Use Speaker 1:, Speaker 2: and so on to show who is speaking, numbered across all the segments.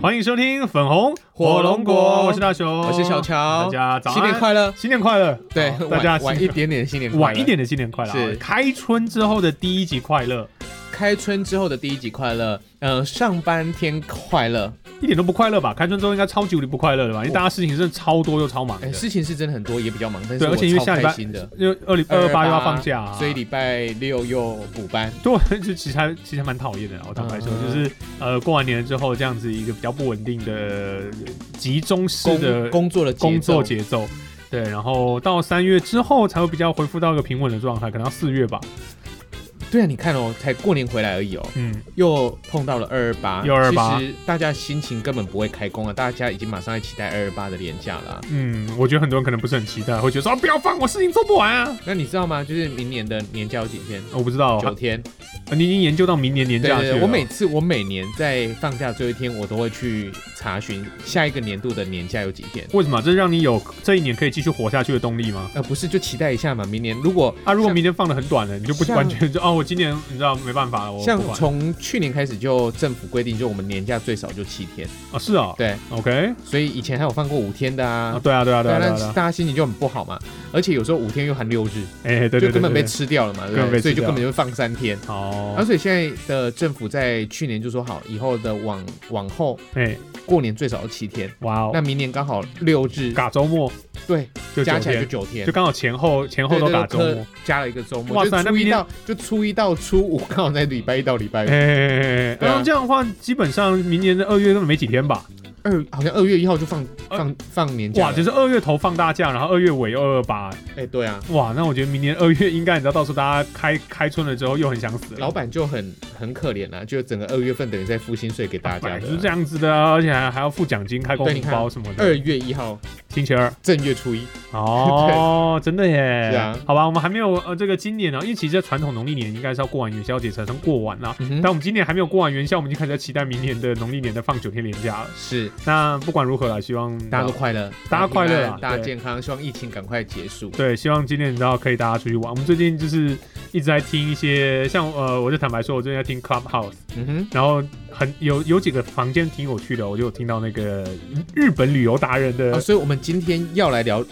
Speaker 1: 欢迎收听粉红
Speaker 2: 火龙果
Speaker 1: 我是大雄，
Speaker 2: 我是小乔
Speaker 1: 哦大家早安，
Speaker 2: 新年快乐！
Speaker 1: 新年快乐！
Speaker 2: 对，
Speaker 1: 好大
Speaker 2: 晚
Speaker 1: 家
Speaker 2: 晚一点点新年快乐，
Speaker 1: 晚一点的新年快乐，啊
Speaker 2: 是
Speaker 1: 开春之后的第一集快乐，
Speaker 2: 开春之后的第一集快乐，呃，上班天快乐。
Speaker 1: 一点都不快乐吧？开春之后应该超级无敌不快乐的吧？因为大家事情真的超多又超忙的
Speaker 2: 哎，，事情是真的很多，也比较忙，但是
Speaker 1: 对，而
Speaker 2: 我
Speaker 1: 且因为
Speaker 2: 超
Speaker 1: 下礼
Speaker 2: 开
Speaker 1: 拜
Speaker 2: 心的。
Speaker 1: 因为二零二
Speaker 2: 228
Speaker 1: 八又要放假啊，
Speaker 2: 所以礼拜六又补班。
Speaker 1: 对，就其实还其实还蛮讨厌的啦。我坦白说，
Speaker 2: 嗯
Speaker 1: 就是呃，过完年之后这样子一个比较不稳定的集中式的
Speaker 2: 工工作的节奏
Speaker 1: 工作节奏。对，然后到三月之后才会比较恢复到一个平稳的状态，可能要四月吧。
Speaker 2: 对啊，你看哦，才过年回来而已哦，
Speaker 1: 嗯，
Speaker 2: 又碰到了二二八，
Speaker 1: 又228
Speaker 2: 其实大家心情根本不会开工啊，大家已经马上在期待二二八的连假了啊、
Speaker 1: 嗯，我觉得很多人可能不是很期待，会觉得说、啊、不要放，我事情做不完啊。
Speaker 2: 那你知道吗？就是明年的年假有几天？
Speaker 1: 我不知道，
Speaker 2: 九天。
Speaker 1: 啊你已经研究到明年年
Speaker 2: 对
Speaker 1: 假去
Speaker 2: 对
Speaker 1: 了。
Speaker 2: 对，我每次我每年在放假最后一天，我都会去查询下一个年度的年假有几天。
Speaker 1: 为什么这让你有这一年可以继续活下去的动力吗？
Speaker 2: 呃，不是，就期待一下嘛。明年如果
Speaker 1: 啊，如果明年放的很短了，你就不
Speaker 2: 像
Speaker 1: 完全就哦，我今年你知道没办法了，我
Speaker 2: 像
Speaker 1: 不管
Speaker 2: 从去年开始就政府规定，就我们年假最少就七天，
Speaker 1: 啊是啊、
Speaker 2: 对，
Speaker 1: o k
Speaker 2: 所以以前还有放过五天的
Speaker 1: 啊
Speaker 2: 啊。
Speaker 1: 对啊对啊对啊对
Speaker 2: 但
Speaker 1: 啊
Speaker 2: 是
Speaker 1: 对啊，
Speaker 2: 大家心情就很不好嘛，而且有时候五天又含六日，
Speaker 1: 哎、对对对
Speaker 2: 就根本啊被
Speaker 1: 对
Speaker 2: 吃掉了嘛，
Speaker 1: 根
Speaker 2: 对不
Speaker 1: 本被吃
Speaker 2: 对？所以就
Speaker 1: 掉
Speaker 2: 根本就放三天。
Speaker 1: 哦
Speaker 2: 那，所以现在的政府在去年就说好，以后的往往后
Speaker 1: 哎、
Speaker 2: 过年最少要七天，
Speaker 1: 哇哦，
Speaker 2: 那明年刚好六日，
Speaker 1: 嘎周末
Speaker 2: 对，
Speaker 1: 就
Speaker 2: 加
Speaker 1: 九
Speaker 2: 起来就
Speaker 1: 天，
Speaker 2: 九天
Speaker 1: 就。刚好前后前后都
Speaker 2: 对对
Speaker 1: 打周
Speaker 2: 对
Speaker 1: 末，
Speaker 2: 加了一个周
Speaker 1: 哇
Speaker 2: 末，
Speaker 1: 塞
Speaker 2: 就
Speaker 1: 那
Speaker 2: 初
Speaker 1: 明
Speaker 2: 一
Speaker 1: 天
Speaker 2: 到就初一到初五， 刚好在礼拜一到礼
Speaker 1: 哎
Speaker 2: 拜五，
Speaker 1: 哎哎哎，
Speaker 2: 对啊
Speaker 1: 那、这样的话，基本上明年的二月根本没几天吧？
Speaker 2: 二好像二月一号就放
Speaker 1: 呃
Speaker 2: 放放年假了，
Speaker 1: 哇，就是二月头放大假，然后二月尾又二二八，
Speaker 2: 哎对啊，
Speaker 1: 哇，那我觉得明年二月应该，你知道，到时候大家开开春了之后又很想死了
Speaker 2: 老。板就很很可怜啊，就整个二月份等于在付薪水给大
Speaker 1: 本
Speaker 2: 家
Speaker 1: 来
Speaker 2: 的
Speaker 1: 就是这
Speaker 2: 啊。
Speaker 1: 样子的啊，而且还还要付奖金、开工
Speaker 2: 对你
Speaker 1: 红
Speaker 2: 看
Speaker 1: 包什么
Speaker 2: 二
Speaker 1: 的。
Speaker 2: 月一号
Speaker 1: 星期 二
Speaker 2: 正月初一，
Speaker 1: 哦，真的耶。
Speaker 2: 是啊
Speaker 1: 好吧，我们还没有呃，这个今年啊，因为其实在传统农历年应该是要过完元宵节才能过完啦。
Speaker 2: 嗯哼
Speaker 1: 但我们今年还没有过完元宵，我们已经开始在期待明年的农历年的放九天连假了。
Speaker 2: 是
Speaker 1: 那不管如何啦，希望
Speaker 2: 大家都快乐，
Speaker 1: 大家快乐啊
Speaker 2: 平安大家
Speaker 1: 对
Speaker 2: 健康，希望疫情赶快结束。
Speaker 1: 对，希望今年你知道可以大家出去玩。我们最近就是一直在听一些像呃，我就坦白说，我最近在听 Clubhouse，
Speaker 2: 嗯哼，
Speaker 1: 然后很有有几个房间挺有趣的，我就有听到那个日本旅游达人的。
Speaker 2: 啊，所以我们今天要来聊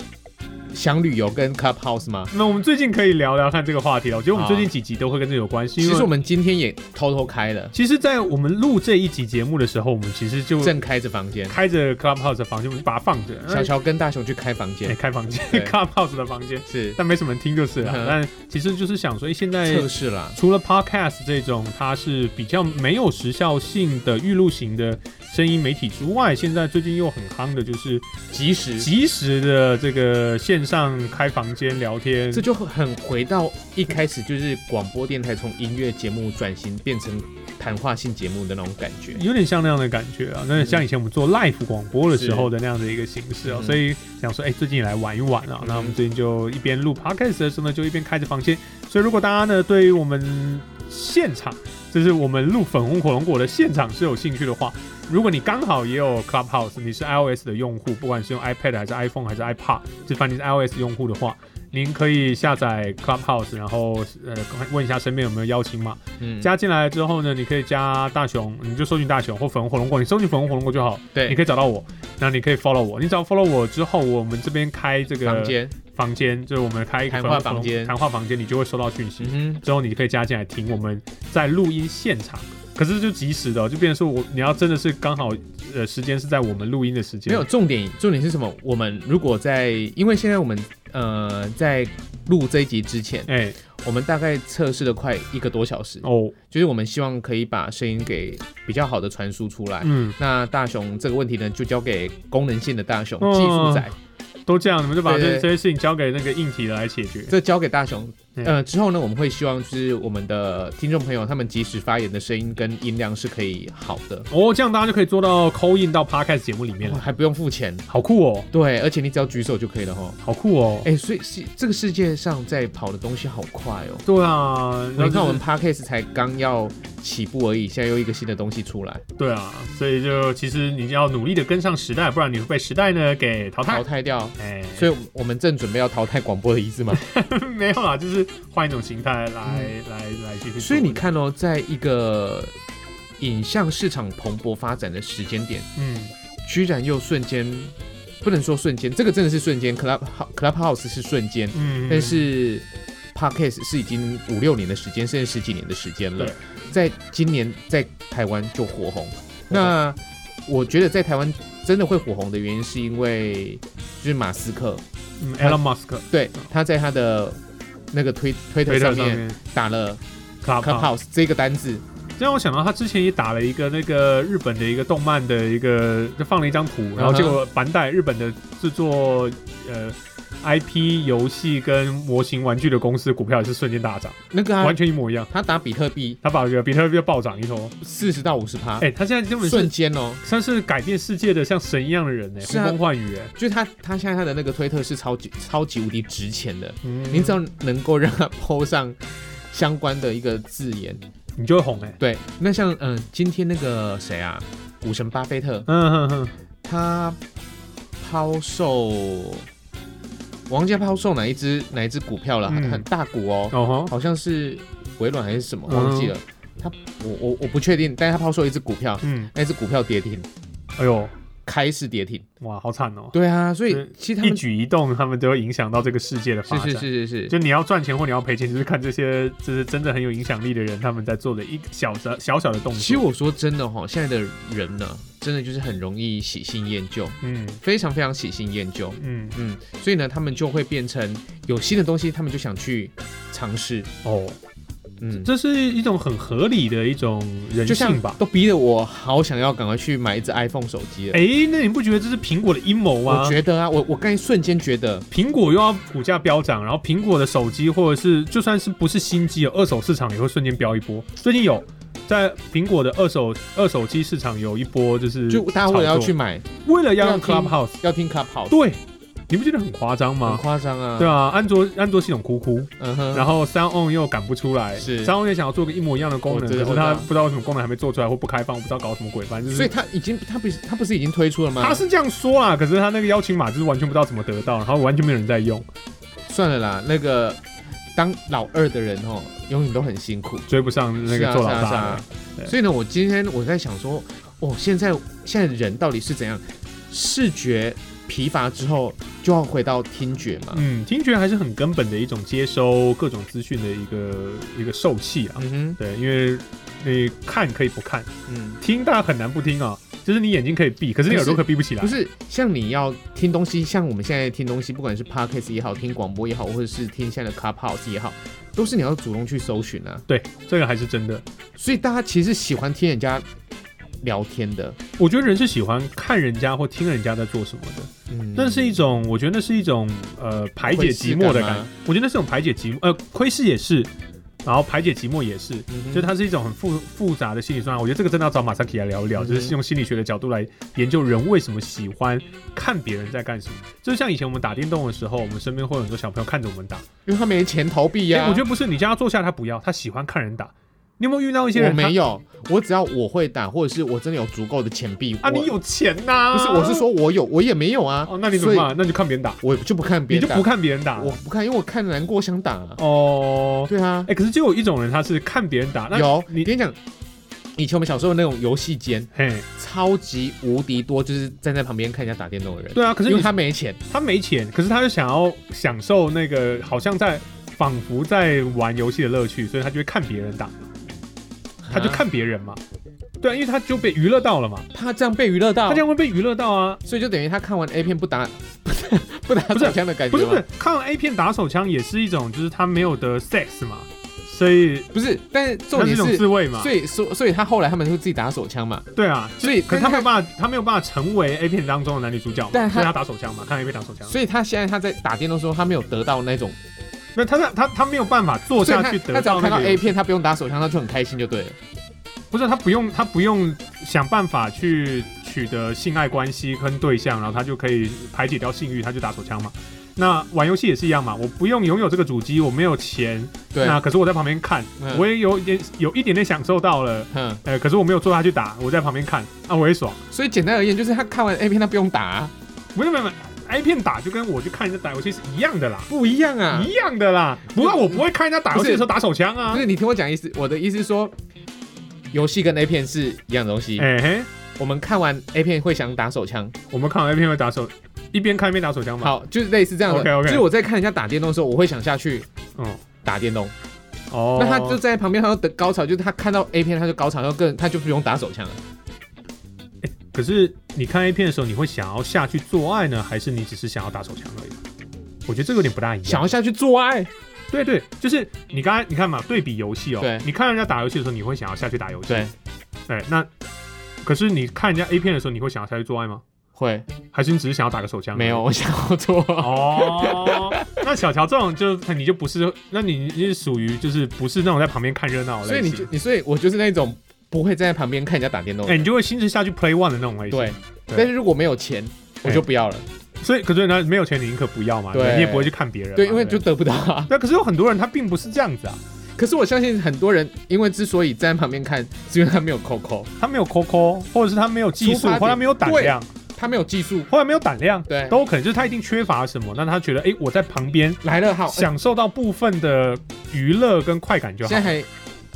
Speaker 2: 想旅游跟 Clubhouse 吗？
Speaker 1: 那我们最近可以聊聊看这个话题了。我觉得我们最近几集都会跟这有关系，
Speaker 2: 啊其
Speaker 1: 因
Speaker 2: 实我
Speaker 1: 为
Speaker 2: 们今天也偷偷开了，
Speaker 1: 其实，在我们录这一集节目的时候，我们其实就
Speaker 2: 正开着房间，
Speaker 1: 开着 Clubhouse 的房间，我们就把它放着，
Speaker 2: 小乔跟大雄去开房
Speaker 1: 哎、
Speaker 2: 间，
Speaker 1: 开房间
Speaker 2: 对
Speaker 1: Clubhouse 的房间，
Speaker 2: 是
Speaker 1: 但没什么人听就是了。
Speaker 2: 嗯
Speaker 1: 但其实就是想说，哎、现在
Speaker 2: 测试啦，
Speaker 1: 除了 podcast 这种它是比较没有时效性的预录型的声音媒体之外，现在最近又很夯的就是
Speaker 2: 及时，
Speaker 1: 及时的这个线上开房间聊天
Speaker 2: 这。就很回到一开始就是广播电台从音乐节目转型变成谈话性节目的那种感觉。
Speaker 1: 有点像那样的感觉啊，那像以前我们做 live 广播的时候的那样的一个形式啊，
Speaker 2: 是嗯
Speaker 1: 所以想说，哎、最近也来玩一玩啊。
Speaker 2: 嗯
Speaker 1: 那我们最近就一边录 podcast 的时候呢，就一边开着房间。所以如果大家呢对于我们现场，就是我们录粉红火龙果的现场是有兴趣的话，如果你刚好也有 Clubhouse，你是 iOS 的用户，不管是用 iPad 还是 iPhone 还是 iPad，就反正你是 iOS 用户的话，您可以下载 Clubhouse，然后呃问一下身边有没有邀请码。
Speaker 2: 嗯，
Speaker 1: 加进来之后呢，你可以加大熊，你就搜寻大熊或粉红火龙果，你搜寻粉红火龙果就好，你
Speaker 2: 对
Speaker 1: 可以找到我，然后你可以 follow 我，你只要 follow 我之后，我们这边开这个
Speaker 2: 房，间，
Speaker 1: 房间就是我们开一个
Speaker 2: 谈话
Speaker 1: 粉红火龙
Speaker 2: 房间
Speaker 1: 谈话房间，你就会收到讯息，
Speaker 2: 嗯哼，
Speaker 1: 之后你可以加进来听我们在录音现场。可是就及时的哦、就变成说我你要真的是刚好，呃，时间是在我们录音的时间，
Speaker 2: 没有重点，重点是什么？我们如果在，因为现在我们呃在录这一集之前，
Speaker 1: 哎、
Speaker 2: 我们大概测试了快一个多小时，
Speaker 1: 哦，
Speaker 2: 就是我们希望可以把声音给比较好的传输出来。
Speaker 1: 嗯，
Speaker 2: 那大雄这个问题呢，就交给功能性的大雄
Speaker 1: 嗯
Speaker 2: 技术仔，
Speaker 1: 都这样，你们就把这
Speaker 2: 对对
Speaker 1: 这些事情交给那个硬体的来解决。
Speaker 2: 这交给大雄。
Speaker 1: 嗯
Speaker 2: 呃，之后呢，我们会希望就是我们的听众朋友他们及时发言的声音跟音量是可以好的，
Speaker 1: 哦，这样大家就可以做到 call in 到 podcast 节目里面了，
Speaker 2: 还不用付钱。
Speaker 1: 好酷哦。
Speaker 2: 对，而且你只要举手就可以了吼。
Speaker 1: 好酷哦！
Speaker 2: 哎、所以是这个世界上在跑的东西好快哦。
Speaker 1: 对啊，然后
Speaker 2: 你
Speaker 1: 就是
Speaker 2: 看我们 podcast 才刚要起步而已，现在又一个新的东西出来，
Speaker 1: 对啊，所以就其实你要努力的跟上时代，不然你会被时代呢给淘汰
Speaker 2: 淘。汰掉。
Speaker 1: 哎，
Speaker 2: 所以我们正准备要淘汰广播的意思 吗？
Speaker 1: 以 没有啦，就是换一种形态来来来去做。
Speaker 2: 所以你看哦，在一个影像市场蓬勃发展的时间点，
Speaker 1: 嗯，
Speaker 2: 居然又瞬间，不能说瞬间，这个真的是瞬间，Club Clubhouse 是瞬间，
Speaker 1: 嗯，
Speaker 2: 但是 Podcast 是已经五六年的时间，甚至十几年的时间了
Speaker 1: 对，
Speaker 2: 在今年在台湾就火红。那我觉得在台湾真的会火红的原因，是因为就是马斯克，
Speaker 1: 嗯 Elon Musk
Speaker 2: 对他在他的那个推推特
Speaker 1: Twitter
Speaker 2: 上
Speaker 1: 嗯上
Speaker 2: 面打了
Speaker 1: Clubhouse，
Speaker 2: Clubhouse 这个单字，
Speaker 1: 这让我想到他之前也打了一个那个日本的一个动漫的一个，就放了一张图，然后结果板带日本的制作呃 IP 游戏跟模型玩具的公司股票也是瞬间大涨，
Speaker 2: 那个啊
Speaker 1: 完，全一模一样。
Speaker 2: 他打比特币
Speaker 1: 他把这个比特币就暴涨一头，
Speaker 2: 四十到五十趴
Speaker 1: 哎、，他现在根本
Speaker 2: 瞬
Speaker 1: 是
Speaker 2: 间哦，
Speaker 1: 算是改变世界的像神一样的人呢、
Speaker 2: 是
Speaker 1: 呼
Speaker 2: 啊
Speaker 1: 风唤雨哎、
Speaker 2: 就是他他现在他的那个推特是超级超级无敌值钱的，
Speaker 1: 嗯，
Speaker 2: 你只要能够让他 PO 上相关的一个字眼，
Speaker 1: 你就会红哎、
Speaker 2: 对，那像嗯、呃今天那个谁啊，股神巴菲特，
Speaker 1: 嗯哼哼，
Speaker 2: 他抛售，王家抛售哪一只哪一只股票了？
Speaker 1: 嗯
Speaker 2: 很大股哦，
Speaker 1: 哦吼，
Speaker 2: 好像是微软还是什么，
Speaker 1: 嗯
Speaker 2: 忘记了。他我我我不确定，但是他抛售一只股票，
Speaker 1: 嗯，
Speaker 2: 那只股票跌停，
Speaker 1: 哎呦，
Speaker 2: 开市跌停。
Speaker 1: 哇，好惨哦、
Speaker 2: 对啊，所以
Speaker 1: 嗯
Speaker 2: 其实他
Speaker 1: 一
Speaker 2: 们
Speaker 1: 举一动他们都会影响到这个世界的发
Speaker 2: 是
Speaker 1: 展。
Speaker 2: 是是是，
Speaker 1: 就是你要赚钱或你要赔钱，就是看这些就是真的很有影响力的人他们在做的一个小的小小的动作。
Speaker 2: 其实我说真的哈、现在的人呢，真的就是很容易喜新厌旧，
Speaker 1: 嗯
Speaker 2: 非常非常喜新厌旧。
Speaker 1: 嗯
Speaker 2: 嗯，所以呢，他们就会变成有新的东西，他们就想去尝试。
Speaker 1: 哦，
Speaker 2: 嗯，
Speaker 1: 这是一种很合理的一种人
Speaker 2: 就
Speaker 1: 性
Speaker 2: 像
Speaker 1: 吧？
Speaker 2: 都逼得我好想要赶快去买一只 iPhone 手机了。
Speaker 1: 哎、那你不觉得这是苹果的阴谋吗
Speaker 2: 我？觉得啊，我我刚才瞬间觉得，
Speaker 1: 苹果又要股价飙涨，然后苹果的手机或者是就算是不是新机，二手市场也会瞬间飙一波。最近有在苹果的二手二手机市场有一波就是
Speaker 2: 就大家为了要
Speaker 1: 炒
Speaker 2: 去
Speaker 1: 作
Speaker 2: 买，
Speaker 1: 为了要让
Speaker 2: 要听
Speaker 1: Clubhouse，
Speaker 2: 要听 Clubhouse，
Speaker 1: 对，你不觉得很夸张
Speaker 2: 很
Speaker 1: 吗？
Speaker 2: 夸张啊。
Speaker 1: 对啊，安卓安卓系统哭哭，
Speaker 2: 嗯哼，
Speaker 1: 然后三 on 又赶不出来，
Speaker 2: 是
Speaker 1: 三 on 也想要做个一模一样的功能，
Speaker 2: 我
Speaker 1: 可
Speaker 2: 知道
Speaker 1: 是它
Speaker 2: 我知道
Speaker 1: 不知道为什么功能还没做出来或不开放，我不知道搞什么鬼，反正就
Speaker 2: 所以嗯
Speaker 1: 是。
Speaker 2: 他已经他不是他不是已经推出了吗？
Speaker 1: 他是这样说啦，可是他那个邀请码就是完全不知道怎么得到，然后完全没有人在用，
Speaker 2: 算了啦，那个当老二的人哦，永远都很辛苦。
Speaker 1: 追不上那
Speaker 2: 是
Speaker 1: 个
Speaker 2: 啊
Speaker 1: 做老
Speaker 2: 是啊是
Speaker 1: 大
Speaker 2: 啊
Speaker 1: 的。对
Speaker 2: 所以呢，我今天我在想说，哦，现在现在人到底是怎样？视觉疲乏之后，就要回到听觉嘛？
Speaker 1: 嗯，听觉还是很根本的一种接收各种资讯的一个一个受气啊。
Speaker 2: 嗯
Speaker 1: 对，因为你看可以不看，
Speaker 2: 哼，嗯，
Speaker 1: 听大家很难不听啊，就是你眼睛可以闭，可是你耳朵可闭不起来
Speaker 2: 不。是像你要听东西，像我们现在听东西，不管是 podcast 也好，听广播也好，或者是听现在的 clubhouse 也好，都是你要主动去搜寻啊。
Speaker 1: 对，这个还是真的。
Speaker 2: 所以大家其实喜欢听人家聊天的，
Speaker 1: 我觉得人是喜欢看人家或听人家在做什么的。
Speaker 2: 嗯，
Speaker 1: 那是一种，我觉得那是一种呃排解寂寞的感
Speaker 2: 窥视感
Speaker 1: 觉
Speaker 2: 吗。
Speaker 1: 我觉得那是一种排解寂寞，呃，窥视也是，然后排解寂寞也是，
Speaker 2: 嗯哼，
Speaker 1: 就它是一种很复复杂的心理状态。我觉得这个真的要找马萨奇来聊一聊，
Speaker 2: 嗯哼
Speaker 1: 就是用心理学的角度来研究人为什么喜欢看别人在干什么。就像以前我们打电动的时候，我们身边会有很多小朋友看着我们打，
Speaker 2: 因为他没钱投币呀、
Speaker 1: 哎，我觉得不是，你叫他坐下他不要，他喜欢看人打。你有没有遇到一些
Speaker 2: 我
Speaker 1: 人？
Speaker 2: 没有，我只要我会打，或者是我真的有足够的钱币
Speaker 1: 他啊，
Speaker 2: 我
Speaker 1: 你有钱呐、
Speaker 2: 不是，我是说我有，我也没有啊。
Speaker 1: 哦，那你怎么
Speaker 2: 所以
Speaker 1: 办？那你就看别人打，
Speaker 2: 我就不看别
Speaker 1: 你就
Speaker 2: 人打，
Speaker 1: 不看别人打
Speaker 2: 我不看，因为我看难过想打、啊。
Speaker 1: 哦。
Speaker 2: 对啊
Speaker 1: 哎、，可是就有一种人，他是看别人打，那
Speaker 2: 有，
Speaker 1: 你
Speaker 2: 你跟你讲，以前我们小时候那种游戏间，
Speaker 1: 嘿，
Speaker 2: 超级无敌多，就是站在旁边看人家打电动的人。
Speaker 1: 对啊，可是
Speaker 2: 因为
Speaker 1: 你他
Speaker 2: 他没钱，
Speaker 1: 他没钱，可是他就想要享受那个好像在仿佛在玩游戏的乐趣，所以他就会看别人打，他就
Speaker 2: 啊
Speaker 1: 看别人嘛。对啊，因为他就被娱乐到了嘛，
Speaker 2: 他这样被娱乐到，
Speaker 1: 他这样会被娱乐到啊。
Speaker 2: 所以就等于他看完 A 片不打 不打
Speaker 1: 不是
Speaker 2: 手枪的感觉
Speaker 1: 不是不是
Speaker 2: 吗，
Speaker 1: 看完 A 片打手枪也是一种，就是他没有得 sex 嘛，所以
Speaker 2: 不是，但是
Speaker 1: 他
Speaker 2: 重
Speaker 1: 是一
Speaker 2: 点
Speaker 1: 种
Speaker 2: 是，
Speaker 1: 自慰嘛
Speaker 2: 所。以所所以他后来他们会自己打手枪嘛，
Speaker 1: 对啊，
Speaker 2: 所以
Speaker 1: 可是他没有
Speaker 2: 看
Speaker 1: 办法，他没有办法成为 A 片当中的男女主角嘛，
Speaker 2: 但他
Speaker 1: 所以他打手枪嘛，看 A 片打手枪。
Speaker 2: 所以他现在他在打电动的时候，他没有得到那种，
Speaker 1: 那他他他他没有办法坐
Speaker 2: 所以
Speaker 1: 下
Speaker 2: 他
Speaker 1: 去
Speaker 2: 他
Speaker 1: 得
Speaker 2: 只要
Speaker 1: 到那
Speaker 2: 看到
Speaker 1: 个
Speaker 2: A 片，他不用打手枪，他就很开心就对了。
Speaker 1: 不是他不用，他不用想办法去取得性爱关系跟对象，然后他就可以排解掉性欲，他就打手枪嘛。那玩游戏也是一样嘛，我不用拥有这个主机，我没有钱，
Speaker 2: 对，
Speaker 1: 那可是我在旁边看，
Speaker 2: 嗯
Speaker 1: 我也有一点有一点点享受到了，
Speaker 2: 嗯，
Speaker 1: 呃，可是我没有坐下去打，我在旁边看，啊，我也爽。
Speaker 2: 所以简单而言，就是他看完 A 片，他不用打啊、
Speaker 1: 没有没有没有，A 片打就跟我去看人家打游戏是一样的啦，
Speaker 2: 不一样啊。
Speaker 1: 一样的啦。不过我不会看人家打游戏的时候打手枪啊
Speaker 2: 不，是，你听我讲意思，我的意思是说，游戏跟 A 片是一样的东西。
Speaker 1: 哎、嘿，
Speaker 2: 我们看完 A 片会想打手枪，
Speaker 1: 我们看完 A 片会打手，一边看一边打手枪嘛。
Speaker 2: 好，就是类似这样
Speaker 1: 嗯
Speaker 2: 的。
Speaker 1: OK，OK
Speaker 2: 就是我在看人家打电动的时候，我会想下去
Speaker 1: 嗯，
Speaker 2: 打电动。
Speaker 1: 哦，
Speaker 2: 那他就在旁边，他的高潮就是他看到 A 片，他就高潮，然后更他就不用打手枪了。
Speaker 1: 可是你看 A 片的时候，你会想要下去做爱呢，还是你只是想要打手枪而已？我觉得这个有点不大一样。
Speaker 2: 想要下去做爱，
Speaker 1: 对对，就是你刚才你看嘛，对比游戏哦，
Speaker 2: 对
Speaker 1: 你看人家打游戏的时候，你会想要下去打游戏，
Speaker 2: 对，
Speaker 1: 对，那可是你看人家 A 片的时候，你会想要下去做爱吗？
Speaker 2: 会
Speaker 1: 还是你只是想要打个手枪？
Speaker 2: 没有，。我想要做。
Speaker 1: 哦， 那小乔这种就你就不是，那你你是属于就是不是那种在旁边看热闹的
Speaker 2: 所
Speaker 1: 类
Speaker 2: 以
Speaker 1: 型，
Speaker 2: 你就你所以我就是那种不会站在旁边看人家打电动
Speaker 1: 哎、
Speaker 2: 的。
Speaker 1: 你就会亲自下去 play one 的那种类型。
Speaker 2: 对，
Speaker 1: 对
Speaker 2: 但是如果没有钱，我
Speaker 1: 哎
Speaker 2: 就不要了。
Speaker 1: 所以可是呢，没有钱你宁可不要嘛，
Speaker 2: 对
Speaker 1: 你也不会去看别人嘛，
Speaker 2: 对，因为
Speaker 1: 不
Speaker 2: 就得不到啊。
Speaker 1: 对，可是有很多人他并不是这样子啊，
Speaker 2: 可是我相信很多人，因为之所以站在旁边看， 是因为他没有扣扣，
Speaker 1: 他没有 COCO，或者是他没有技
Speaker 2: 出
Speaker 1: 术，或
Speaker 2: 发
Speaker 1: 者他
Speaker 2: 点
Speaker 1: 没有胆
Speaker 2: 对
Speaker 1: 量，
Speaker 2: 他没有技术。
Speaker 1: 或者没有胆量，
Speaker 2: 对，
Speaker 1: 都有可能，就是他一定缺乏什么，那他觉得，哎、我在旁边
Speaker 2: 来了，好，呃
Speaker 1: 享受到部分的娱乐跟快感就
Speaker 2: 现
Speaker 1: 好
Speaker 2: 在。还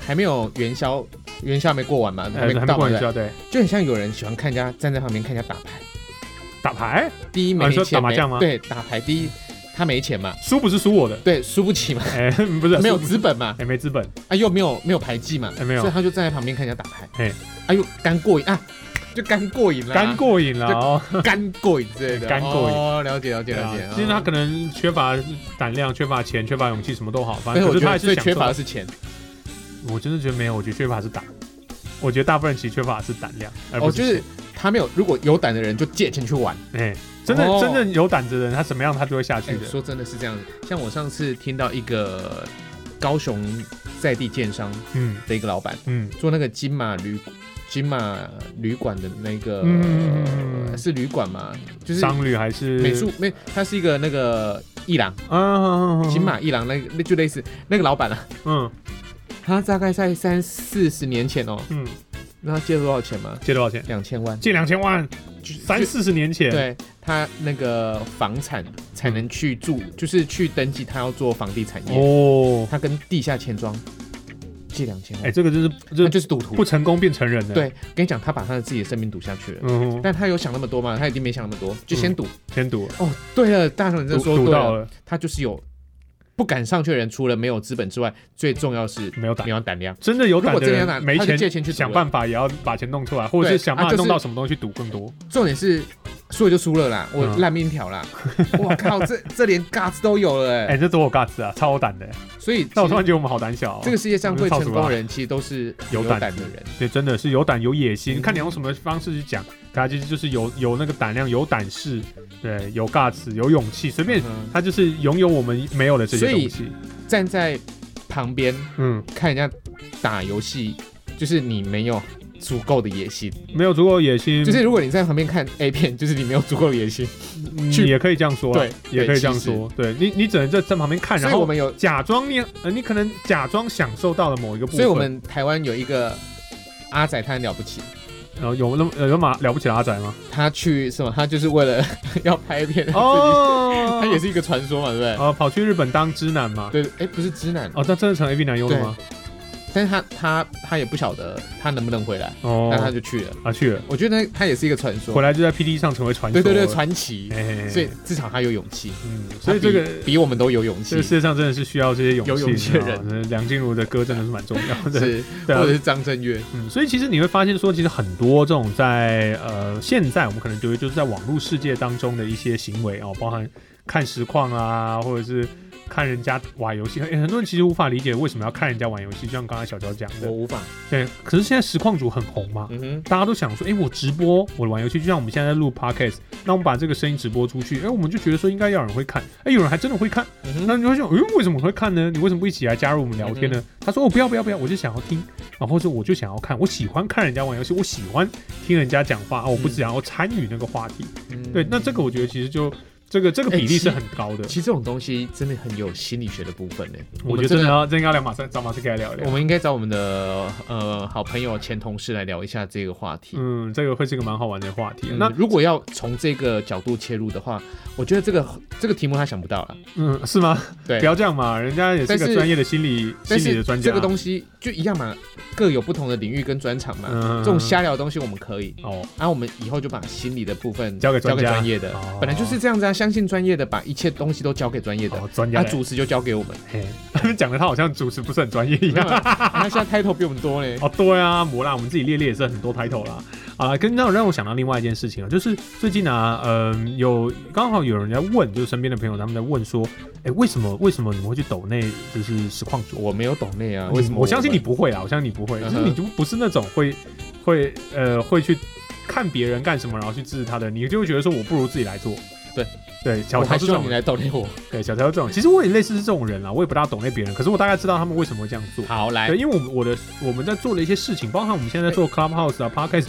Speaker 2: 还没有元宵，元宵还没过完嘛，还
Speaker 1: 哎还
Speaker 2: 没
Speaker 1: 是还没
Speaker 2: 到
Speaker 1: 过
Speaker 2: 嘛，对
Speaker 1: 元宵，
Speaker 2: 不对
Speaker 1: 对，
Speaker 2: 就很像有人喜欢看人家站在旁边看人家打牌。
Speaker 1: 打牌
Speaker 2: 第一
Speaker 1: 啊
Speaker 2: 没
Speaker 1: 你说
Speaker 2: 钱
Speaker 1: 打麻
Speaker 2: 没
Speaker 1: 将吗
Speaker 2: 对，打牌第一他没钱嘛，
Speaker 1: 输不是输我的，
Speaker 2: 对，输不起嘛，
Speaker 1: 哎、 不是
Speaker 2: 没有
Speaker 1: 输
Speaker 2: 资本嘛，
Speaker 1: 哎、没资本，
Speaker 2: 啊又没有没有牌技嘛，
Speaker 1: 哎没有
Speaker 2: 所以他就站在旁边看人家打牌，
Speaker 1: 嘿
Speaker 2: 哎，哎呦干过瘾啊，就干过瘾啦，
Speaker 1: 干过瘾了哦。
Speaker 2: 干过瘾之类的，
Speaker 1: 干过瘾
Speaker 2: 哦，了解了解
Speaker 1: 对啊
Speaker 2: 了解，
Speaker 1: 其实他可
Speaker 2: 能，
Speaker 1: 能缺乏胆量、缺乏钱、缺乏勇气，什么都好，反
Speaker 2: 但是
Speaker 1: 正啊可
Speaker 2: 我
Speaker 1: 是
Speaker 2: 觉
Speaker 1: 他
Speaker 2: 得
Speaker 1: 还是
Speaker 2: 最
Speaker 1: 享
Speaker 2: 缺
Speaker 1: 受
Speaker 2: 乏
Speaker 1: 到
Speaker 2: 的。是钱，
Speaker 1: 我真的觉得没有，我觉得缺乏是胆。我觉得大部分人其实缺乏的是胆量，而
Speaker 2: 哦，
Speaker 1: 不
Speaker 2: 就是他没有，如果有胆的人就借钱去玩，
Speaker 1: 哎、真的、
Speaker 2: 哦
Speaker 1: 真正有胆子的人，他怎么样他就会下去
Speaker 2: 哎
Speaker 1: 的。
Speaker 2: 说真的是这样，像我上次听到一个高雄在地建商
Speaker 1: 嗯
Speaker 2: 的一个老板。
Speaker 1: 嗯，
Speaker 2: 做那个金马旅金马旅馆的那个、呃
Speaker 1: 嗯嗯嗯嗯
Speaker 2: 是旅馆嘛，就是
Speaker 1: 商旅还是
Speaker 2: 美术没，他是一个那个艺廊，
Speaker 1: 啊，
Speaker 2: 金马艺廊那个那就类似那个老板啊，
Speaker 1: 嗯
Speaker 2: 他大概在三四十年前哦，
Speaker 1: 嗯，
Speaker 2: 那他借多少钱嘛？
Speaker 1: 借多少钱？
Speaker 2: 两千万，
Speaker 1: 借两千万，三四十年前，，
Speaker 2: 对他那个房产才能去住，就是去登记，他要做房地产业，
Speaker 1: 嗯哦，
Speaker 2: 他跟地下钱庄借两千
Speaker 1: 哎、
Speaker 2: 万，
Speaker 1: 这个就是
Speaker 2: 那
Speaker 1: 这
Speaker 2: 就是赌徒
Speaker 1: 不。成功变成人了。，
Speaker 2: 对，跟你讲，他把他的自己的生命赌下去了。
Speaker 1: 嗯哼，
Speaker 2: 但他有想那么多吗？他一定没想那么多，就先赌。
Speaker 1: 先赌，
Speaker 2: 哦，对了，大雄，你这
Speaker 1: 赌
Speaker 2: 说对
Speaker 1: 赌到
Speaker 2: 了，
Speaker 1: 了，
Speaker 2: 他就是有不敢上去的人，除了没有资本之外，最重要是
Speaker 1: 没有胆
Speaker 2: 你。要胆量。
Speaker 1: 真的有胆
Speaker 2: 如果真的有
Speaker 1: 人，
Speaker 2: 胆
Speaker 1: 没
Speaker 2: 他就
Speaker 1: 钱
Speaker 2: 借钱去赌
Speaker 1: 想
Speaker 2: 了
Speaker 1: 办法也要把钱弄出来，或者是
Speaker 2: 对
Speaker 1: 想
Speaker 2: 啊
Speaker 1: 办法
Speaker 2: 就是
Speaker 1: 弄到什么东西赌更多。
Speaker 2: 重点是输了就输了啦，我
Speaker 1: 嗯
Speaker 2: 烂命一条啦，我靠，这这连 guts 都有了 哎、
Speaker 1: 哎、这多有 guts 啊，超有胆的。
Speaker 2: 所以
Speaker 1: 但我突然
Speaker 2: 其
Speaker 1: 觉
Speaker 2: 实
Speaker 1: 得我们好胆小、哦。
Speaker 2: 这个世界上会
Speaker 1: 我
Speaker 2: 成
Speaker 1: 们是
Speaker 2: 功
Speaker 1: 少
Speaker 2: 的
Speaker 1: 数
Speaker 2: 人，其实都是
Speaker 1: 有
Speaker 2: 有
Speaker 1: 胆
Speaker 2: 胆
Speaker 1: 子
Speaker 2: 的人。
Speaker 1: 对，真的是有胆有野心，
Speaker 2: 嗯
Speaker 1: 看你用什么方式去讲，他其实就是有有那个胆量，有胆识，对，有 guts，有勇气，随便。
Speaker 2: 嗯
Speaker 1: 他就是拥有我们没有的这些
Speaker 2: 所以
Speaker 1: 东西，
Speaker 2: 站在旁边
Speaker 1: 嗯，
Speaker 2: 看人家打游戏，就是你没有足够的野心。
Speaker 1: 没有足够野心，
Speaker 2: 就是如果你在旁边看 A 片，就是你没有足够的野心。
Speaker 1: 嗯
Speaker 2: 去
Speaker 1: 也可以这样说啦，
Speaker 2: 对
Speaker 1: 也可以
Speaker 2: 对
Speaker 1: 这样
Speaker 2: 其实
Speaker 1: 说，对你，你只能在在旁边看，
Speaker 2: 所
Speaker 1: 然
Speaker 2: 以我
Speaker 1: 后
Speaker 2: 们有
Speaker 1: 假装你，呃，你可能假装享受到了某一个部分，
Speaker 2: 所以我们台湾有一个阿仔，他很了不起，
Speaker 1: 呃有那么呃有马了不起的阿仔吗？
Speaker 2: 他去什么？他就是为了 要拍片，
Speaker 1: 哦
Speaker 2: 他自己，他也是一个传说嘛，对不对？
Speaker 1: 呃跑去日本当知男嘛，
Speaker 2: 对，哎、不是直男，
Speaker 1: 哦，那真的成 A B 男优了吗？
Speaker 2: 但是他他他也不晓得他能不能回来，但他
Speaker 1: 哦，
Speaker 2: 就去了。
Speaker 1: 啊去了，
Speaker 2: 我觉得他也是一个传
Speaker 1: 回
Speaker 2: 说，
Speaker 1: 来就在 P D 上成为传说
Speaker 2: 对
Speaker 1: 了，
Speaker 2: 对对，传奇，
Speaker 1: 哎，
Speaker 2: 所以至少他有勇气，
Speaker 1: 嗯，所以这个
Speaker 2: 他比。比我们都有勇
Speaker 1: 这
Speaker 2: 气
Speaker 1: 个，世界上真的是需要这些勇气，
Speaker 2: 有勇气的
Speaker 1: 你知道吗梁静茹的歌真的是蛮重要的，
Speaker 2: 是
Speaker 1: 对啊
Speaker 2: 或者是张震岳，
Speaker 1: 嗯，所以其实你会发现说，其实很多这种在呃现在我们可能觉得就是在网络世界当中的一些行为哦，包含看实况啊，或者是看人家玩游戏、诶很多人其实无法理解为什么要看人家玩游戏，就像刚才小娇讲
Speaker 2: 我
Speaker 1: 的，
Speaker 2: 无法，
Speaker 1: 对。可是现在实况组很红嘛。
Speaker 2: 嗯哼，
Speaker 1: 大家都想说，诶，哎我直播，我玩游戏，就像我们现在在录 podcast，那我们把这个声音直播出去，诶，哎我们就觉得说应该要有人会看，诶，有人还真的会看，
Speaker 2: 嗯哼，
Speaker 1: 那你会想，哎、为什么会看呢？你为什么不一起来加入我们聊天
Speaker 2: 嗯
Speaker 1: 呢？他说，哦，不要不要不要，我就想要听，然后说我就想要看，我喜欢看人家玩游戏，我喜欢听人家讲话，啊我不
Speaker 2: 嗯
Speaker 1: 想要参与那个话题。
Speaker 2: 嗯
Speaker 1: 对，那这个我觉得其实就这个这个比例是
Speaker 2: 哎其
Speaker 1: 很高的。
Speaker 2: 其实这种东西真的很有心理学的部分呢。欸
Speaker 1: 我觉
Speaker 2: 们
Speaker 1: 得真的
Speaker 2: 个，
Speaker 1: 要真的要聊马赛找马赛克来聊一
Speaker 2: 我
Speaker 1: 聊。
Speaker 2: 们应该找我们的呃好朋友、前同事来聊一下这个话题。
Speaker 1: 嗯，这个会是一个蛮好玩的话题。
Speaker 2: 嗯
Speaker 1: 那
Speaker 2: 如果要从这个角度切入的话，我觉得这个这个题目他想不到了。
Speaker 1: 嗯，是吗？
Speaker 2: 对
Speaker 1: 不要这样嘛，人家也是
Speaker 2: 但
Speaker 1: 个
Speaker 2: 是
Speaker 1: 专业的心理心
Speaker 2: 但
Speaker 1: 理的
Speaker 2: 是
Speaker 1: 专家。啊
Speaker 2: 这个东西就一样嘛，各有不同的领域跟专长嘛。
Speaker 1: 嗯
Speaker 2: 这种瞎聊的东西我们可以，
Speaker 1: 哦，
Speaker 2: 然、后我们以后就把心理的部分
Speaker 1: 交给专
Speaker 2: 交
Speaker 1: 家
Speaker 2: 给专业的、
Speaker 1: 哦
Speaker 2: 本来就是这样子啊，相信专业的，把一切东西都交给专业的。啊
Speaker 1: 哦，专
Speaker 2: 他、
Speaker 1: 家来
Speaker 2: 主持就交给我 们，
Speaker 1: 嘿，他们讲的他好像主持不是很专业一
Speaker 2: 没有
Speaker 1: 样。
Speaker 2: 啊他现在 title 比我们多嘞。
Speaker 1: 哦，对啊，磨啦，我们自己列列也是很多 title 啦。啊，跟让让我想到另外一件事情啊，就是最近啊，嗯、有刚好有人在问，就是身边的朋友他们在问说，哎，为什么为什么你会去抖内就是实况主？
Speaker 2: 我没有懂那啊，
Speaker 1: 我
Speaker 2: 为什么？
Speaker 1: 哦我相信你，不会啊，我相信你不会，
Speaker 2: 嗯
Speaker 1: 就
Speaker 2: 哼
Speaker 1: 是你就不是那种会会呃会去看别人干什么，然后去支持他的，你就会觉得说我不如自己来做。
Speaker 2: 对
Speaker 1: 对，小
Speaker 2: 我
Speaker 1: 乔
Speaker 2: 还
Speaker 1: 这
Speaker 2: 希望
Speaker 1: 种
Speaker 2: 你，来逗内我。
Speaker 1: 对小乔这种，其实我也类似是这种人啦，我也不大懂那别人，可是我大概知道他们为什么会这样做。
Speaker 2: 好，来
Speaker 1: 对，，因为我们我的我们在做的一些事情，包含我们现在在做 Clubhouse 啊、Podcast，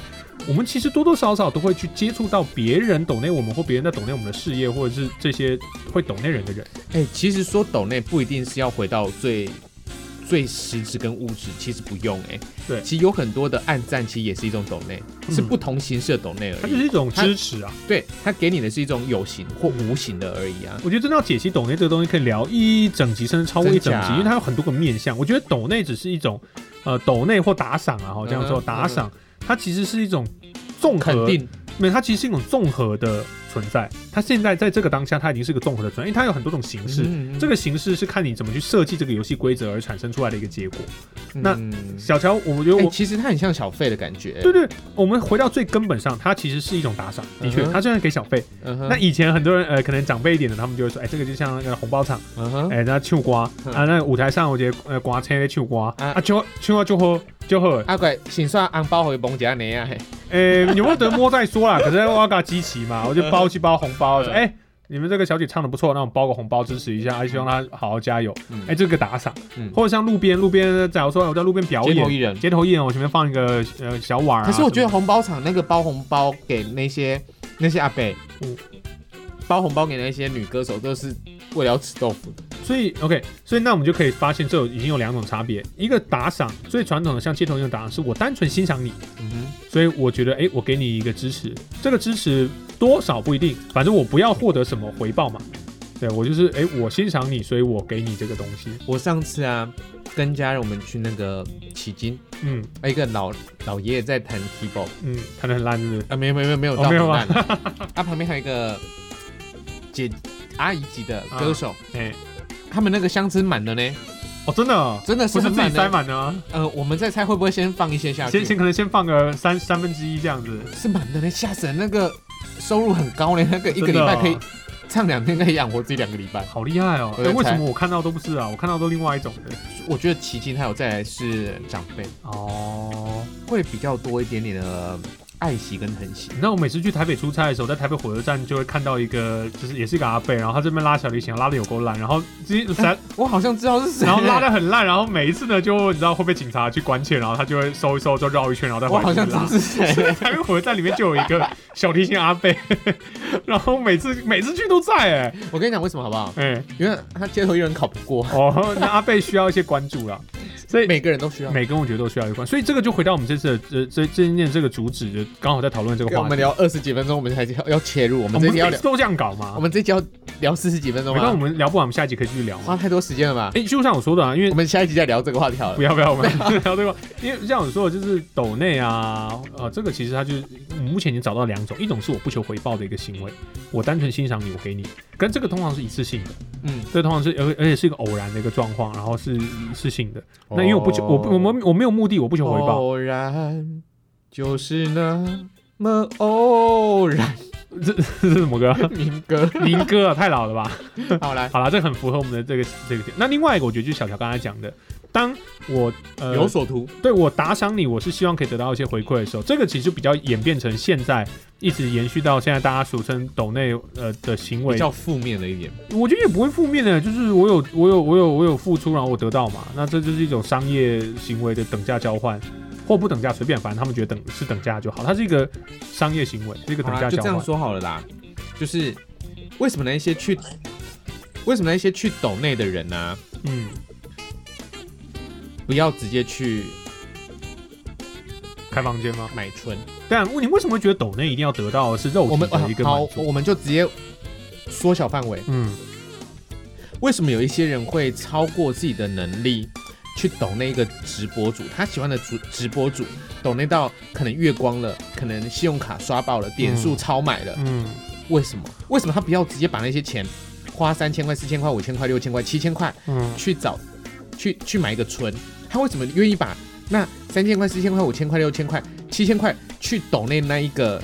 Speaker 1: 我们其实多多少少都会去接触到别人抖内我们或别人在抖内我们的事业，或者是这些会抖内人的人。
Speaker 2: 哎、其实说抖内不一定是要回到最最实质跟物质，其实不用哎、
Speaker 1: 对
Speaker 2: 其实有很多的暗赞，其实也是一种抖内，
Speaker 1: 嗯
Speaker 2: 是不同形式的抖内
Speaker 1: 它
Speaker 2: 而
Speaker 1: 就是
Speaker 2: 已。
Speaker 1: 一种支持啊！
Speaker 2: 对，它给你的是一种有形或无形的而已啊。
Speaker 1: 我觉得真的要解析抖内这个东西，可以聊一整集，甚至超过一整
Speaker 2: 真
Speaker 1: 集，
Speaker 2: 假
Speaker 1: 因为它有很多个面向。我觉得抖内只是一种，呃，抖内或打赏啊，哈，这样说
Speaker 2: 嗯哼
Speaker 1: 打赏，它其实是一种综合
Speaker 2: 肯定，
Speaker 1: 没有，它其实是一种综合的存在。它现在在这个当下，它已经是个综合的存在，因为它有很多种形式。
Speaker 2: 嗯
Speaker 1: 这个形式是看你怎么去设计这个游戏规则而产生出来的一个结果。那
Speaker 2: 嗯
Speaker 1: 小乔，我觉得
Speaker 2: 哎
Speaker 1: 我。
Speaker 2: 其实它很像小费的感觉。
Speaker 1: 对对，我们回到最根本上，它其实是一种打赏，的确
Speaker 2: 嗯，哼
Speaker 1: 它虽然给小费。
Speaker 2: 嗯哼，
Speaker 1: 那以前很多人，呃，可能长辈一点的，他们就会说，哎，这个就像那个红包场，
Speaker 2: 嗯哼，
Speaker 1: 哎，那唱歌啊，
Speaker 2: 嗯
Speaker 1: 那舞台上有一个呃歌星在唱歌，
Speaker 2: 啊
Speaker 1: 啊，唱唱啊就好就好，
Speaker 2: 阿怪，请算红包回崩家你啊。嘿
Speaker 1: 哎，有没有得摸再说啦？可是我要给他集齐 嘛，我就包去包红包，
Speaker 2: 嗯
Speaker 1: 说，哎，你们这个小姐唱的不错，那我们包个红包支持一下，啊希望她好好加油。
Speaker 2: 嗯
Speaker 1: 哎，这个打赏
Speaker 2: 嗯，
Speaker 1: 或者像路边路边，假如说我在路边表
Speaker 2: 街
Speaker 1: 演
Speaker 2: 头，艺人。
Speaker 1: 街头艺人，我前面放一个呃小碗啊。
Speaker 2: 可是我觉得
Speaker 1: 什
Speaker 2: 红包场那个包红包给那些那些阿伯，
Speaker 1: 嗯
Speaker 2: 包红包给那些女歌手都是为了要吃豆腐的。
Speaker 1: 么的，所以 OK，所以那我们就可以发现，这有已经有两种差别。一个打赏，最传统的像街头艺人打赏，是我单纯欣赏你，
Speaker 2: 嗯哼。
Speaker 1: 所以我觉得诶，我给你一个支持，这个支持多少不一定，反正我不要获得什么回报嘛。对我就是诶，我欣赏你，所以我给你这个东西。
Speaker 2: 我上次啊，跟家人我们去那个迄今，
Speaker 1: 嗯
Speaker 2: 啊一个老老爷爷在弹 keyboard
Speaker 1: 嗯，弹得很烂，是不是？
Speaker 2: 啊，没有没有没有没有
Speaker 1: 哦
Speaker 2: 到
Speaker 1: 没有
Speaker 2: 很
Speaker 1: 吗
Speaker 2: 烂啊， 啊旁边还有一个姐阿姨级的歌手，
Speaker 1: 哎，
Speaker 2: 他们那个箱子满了呢，
Speaker 1: 哦，真的哦，
Speaker 2: 真的是
Speaker 1: 不是
Speaker 2: 很
Speaker 1: 自己
Speaker 2: 满
Speaker 1: 塞
Speaker 2: 的。
Speaker 1: 满的吗？
Speaker 2: 呃，我们在猜会不会先放一些下去
Speaker 1: 先，先可能先放个三三分之一这样子，
Speaker 2: 是满的呢，吓死人！那个收入很高呢，那个一个
Speaker 1: 真
Speaker 2: 礼
Speaker 1: 的
Speaker 2: 拜
Speaker 1: 哦
Speaker 2: 可以唱两天，可以养活自己两个礼拜。
Speaker 1: 好厉害哦！
Speaker 2: 我
Speaker 1: 诶
Speaker 2: 在
Speaker 1: 为什
Speaker 2: 猜
Speaker 1: 么我看到都不是啊？我看到都另外一种的。
Speaker 2: 我觉得奇迹还有再来是长辈，
Speaker 1: 哦，
Speaker 2: 会比较多一点点的呃爱惜跟疼惜。
Speaker 1: 那我每次去台北出差的时候，在台北火车站就会看到一个，就是也是一个阿贝，然后他这边拉小提琴，拉的有够烂，然后直然
Speaker 2: 我好像知道是谁，
Speaker 1: 然后拉的很烂，然后每一次呢就你知道会被警察去关切，然后他就会收一收，就绕一圈，然后再
Speaker 2: 我
Speaker 1: 回
Speaker 2: 好
Speaker 1: 去
Speaker 2: 像知道
Speaker 1: 拉。
Speaker 2: 是谁。
Speaker 1: 台北火车站里面就有一个小提琴阿 贝，然后每次每次去都在哎、
Speaker 2: 我跟你讲为什么好不好？
Speaker 1: 哎、
Speaker 2: 因为他街头艺人考不过，
Speaker 1: 哦，那阿贝需要一些关注啦，所以
Speaker 2: 每个人都需要。
Speaker 1: 每个人我觉得都需要一关，所以这个就回到我们这次的这这这件这个主旨，就刚好在讨论这个
Speaker 2: 我
Speaker 1: 话
Speaker 2: 们
Speaker 1: 题。
Speaker 2: 聊二十几分钟，我们才要要切入。我
Speaker 1: 我
Speaker 2: 们
Speaker 1: 们
Speaker 2: 这
Speaker 1: 不
Speaker 2: 集
Speaker 1: 是
Speaker 2: 要
Speaker 1: 每
Speaker 2: 聊
Speaker 1: 次，都这样搞吗
Speaker 2: 我？们这集要聊四十几分钟
Speaker 1: 没关系，我
Speaker 2: 吗？
Speaker 1: 们聊不完，我们下一集可以继续聊嘛。
Speaker 2: 花太多时间了吧？
Speaker 1: 哎、就像我说的啊，因为
Speaker 2: 我们下一集再聊这个话题好
Speaker 1: 不
Speaker 2: 了。
Speaker 1: 要不要，我们聊对吧？因为像我说的，就是抖内啊，呃，这个其实它就是我目前已经找到两种，一种是我不求回报的一个行为，我单纯欣赏你，我给你，跟这个通常是一次性的，
Speaker 2: 嗯，
Speaker 1: 这通常是而而且是一个偶然的一个状况，然后是一次性的。
Speaker 2: 哦
Speaker 1: 那因为我不求我不我们我没有目的，我不求回报，
Speaker 2: 偶然就是那么偶然。
Speaker 1: 这这 是什么歌？
Speaker 2: 民歌，
Speaker 1: 民歌啊，太老了吧？
Speaker 2: 好 来，
Speaker 1: 好啦，这个很符合我们的这个这个点。那另外一个，我觉得就是小乔刚才讲的，当我呃
Speaker 2: 有所图。
Speaker 1: 对我打赏你，我是希望可以得到一些回馈的时候，这个其实比较演变成现在一直延续到现在大家俗称抖内呃的行为
Speaker 2: 比，较负面了一点，
Speaker 1: 我觉得也不会负面的，就是我有我有我有我有付出，然后我得到嘛，那这就是一种商业行为的等价交换。或不等价，随便，反正他们觉得等是等价就好，它是一个商业行为，是一个等
Speaker 2: 好
Speaker 1: 价
Speaker 2: 啊啦就
Speaker 1: 交
Speaker 2: 这
Speaker 1: 换
Speaker 2: 样。说好了啦，就是为什么那一些去，为什么那一些去抖内的人呢、啊
Speaker 1: 嗯，
Speaker 2: 不要直接去
Speaker 1: 开房间吗？
Speaker 2: 买春？
Speaker 1: 但你为什么会觉得抖内一定要得到的是肉
Speaker 2: 我
Speaker 1: 体
Speaker 2: 们呃
Speaker 1: 的一个
Speaker 2: 好
Speaker 1: 满，足？
Speaker 2: 我们就直接缩小范围。
Speaker 1: 嗯，
Speaker 2: 为什么有一些人会超过自己的能力去抖那一个直播主，他喜欢的主直播主，抖那到可能月光了，可能信用卡刷爆了，点数超买了，
Speaker 1: 嗯，
Speaker 2: 为什么？为什么他不要直接把那些钱花三千块、四千块、五千块、六千块、七千块
Speaker 1: 嗯，
Speaker 2: 去找去去买一个村？他为什么愿意把那三千块、四千块、五千块、六千块、七千块去抖那那一个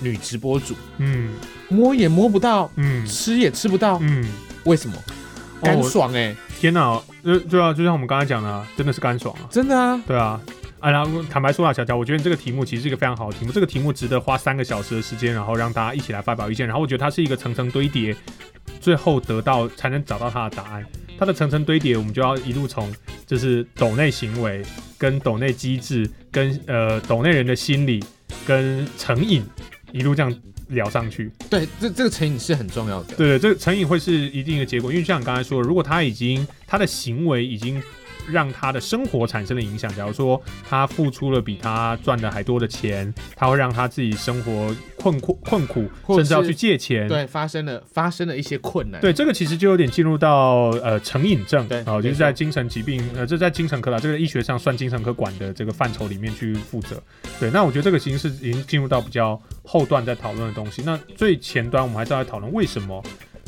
Speaker 2: 女直播主？
Speaker 1: 嗯，
Speaker 2: 摸也摸不到，
Speaker 1: 嗯，
Speaker 2: 吃也吃不到，
Speaker 1: 嗯，
Speaker 2: 为什么？干
Speaker 1: 哦，
Speaker 2: 爽哎、
Speaker 1: 天哪，呃，对啊，就像我们刚才讲的啊，真的是干爽啊，
Speaker 2: 真的啊。
Speaker 1: 对啊。啊，然后坦白说啊，小乔，我觉得你这个题目其实是一个非常好的题目，这个题目值得花三个小时的时间，然后让大家一起来发表意见，然后我觉得它是一个层层堆叠，最后得到才能找到它的答案。它的层层堆叠，我们就要一路从就是抖内行为、跟抖内机制、跟呃抖内人的心理、跟成瘾，一路这样聊上去。
Speaker 2: 对，这这个成瘾是很重要的。
Speaker 1: 对对，这个成瘾会是一定的结果，因为像你刚才说的，如果他已经他的行为已经让他的生活产生了影响，假如说他付出了比他赚的还多的钱，他会让他自己生活困苦困苦，
Speaker 2: 或
Speaker 1: 甚
Speaker 2: 者
Speaker 1: 至要
Speaker 2: 是
Speaker 1: 去借钱。
Speaker 2: 对，发生了发生了一些困难。
Speaker 1: 对，这个其实就有点进入到呃成瘾症，
Speaker 2: 对
Speaker 1: 哦，就
Speaker 2: 没
Speaker 1: 是
Speaker 2: 错
Speaker 1: 在精神疾病，呃，这在精神科啦，这个医学上算精神科管的这个范畴里面去负责。对，那我觉得这个其实是已经进入到比较后段在讨论的东西。那最前端我们还是要来讨论为什么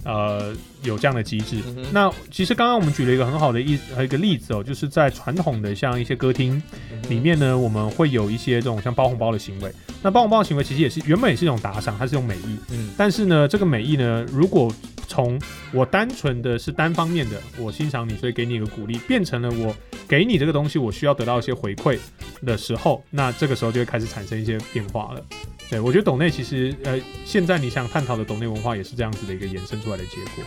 Speaker 1: 呃有这样的机制。
Speaker 2: 嗯哼，
Speaker 1: 那其实刚刚我们举了一个很好的一呃一个例子哦，就是在传统的像一些歌厅
Speaker 2: 嗯哼
Speaker 1: 里面呢，我们会有一些这种像包红包的行为。那包红包的行为其实也是原本也是一种打赏，它是一种美意。
Speaker 2: 嗯
Speaker 1: 但是呢，这个美意呢，如果从我单纯的是单方面的，我欣赏你，所以给你一个鼓励，变成了我给你这个东西，我需要得到一些回馈的时候，那这个时候就会开始产生一些变化了。对，我觉得抖内其实呃，现在你想探讨的抖内文化也是这样子的一个衍生出来的结果。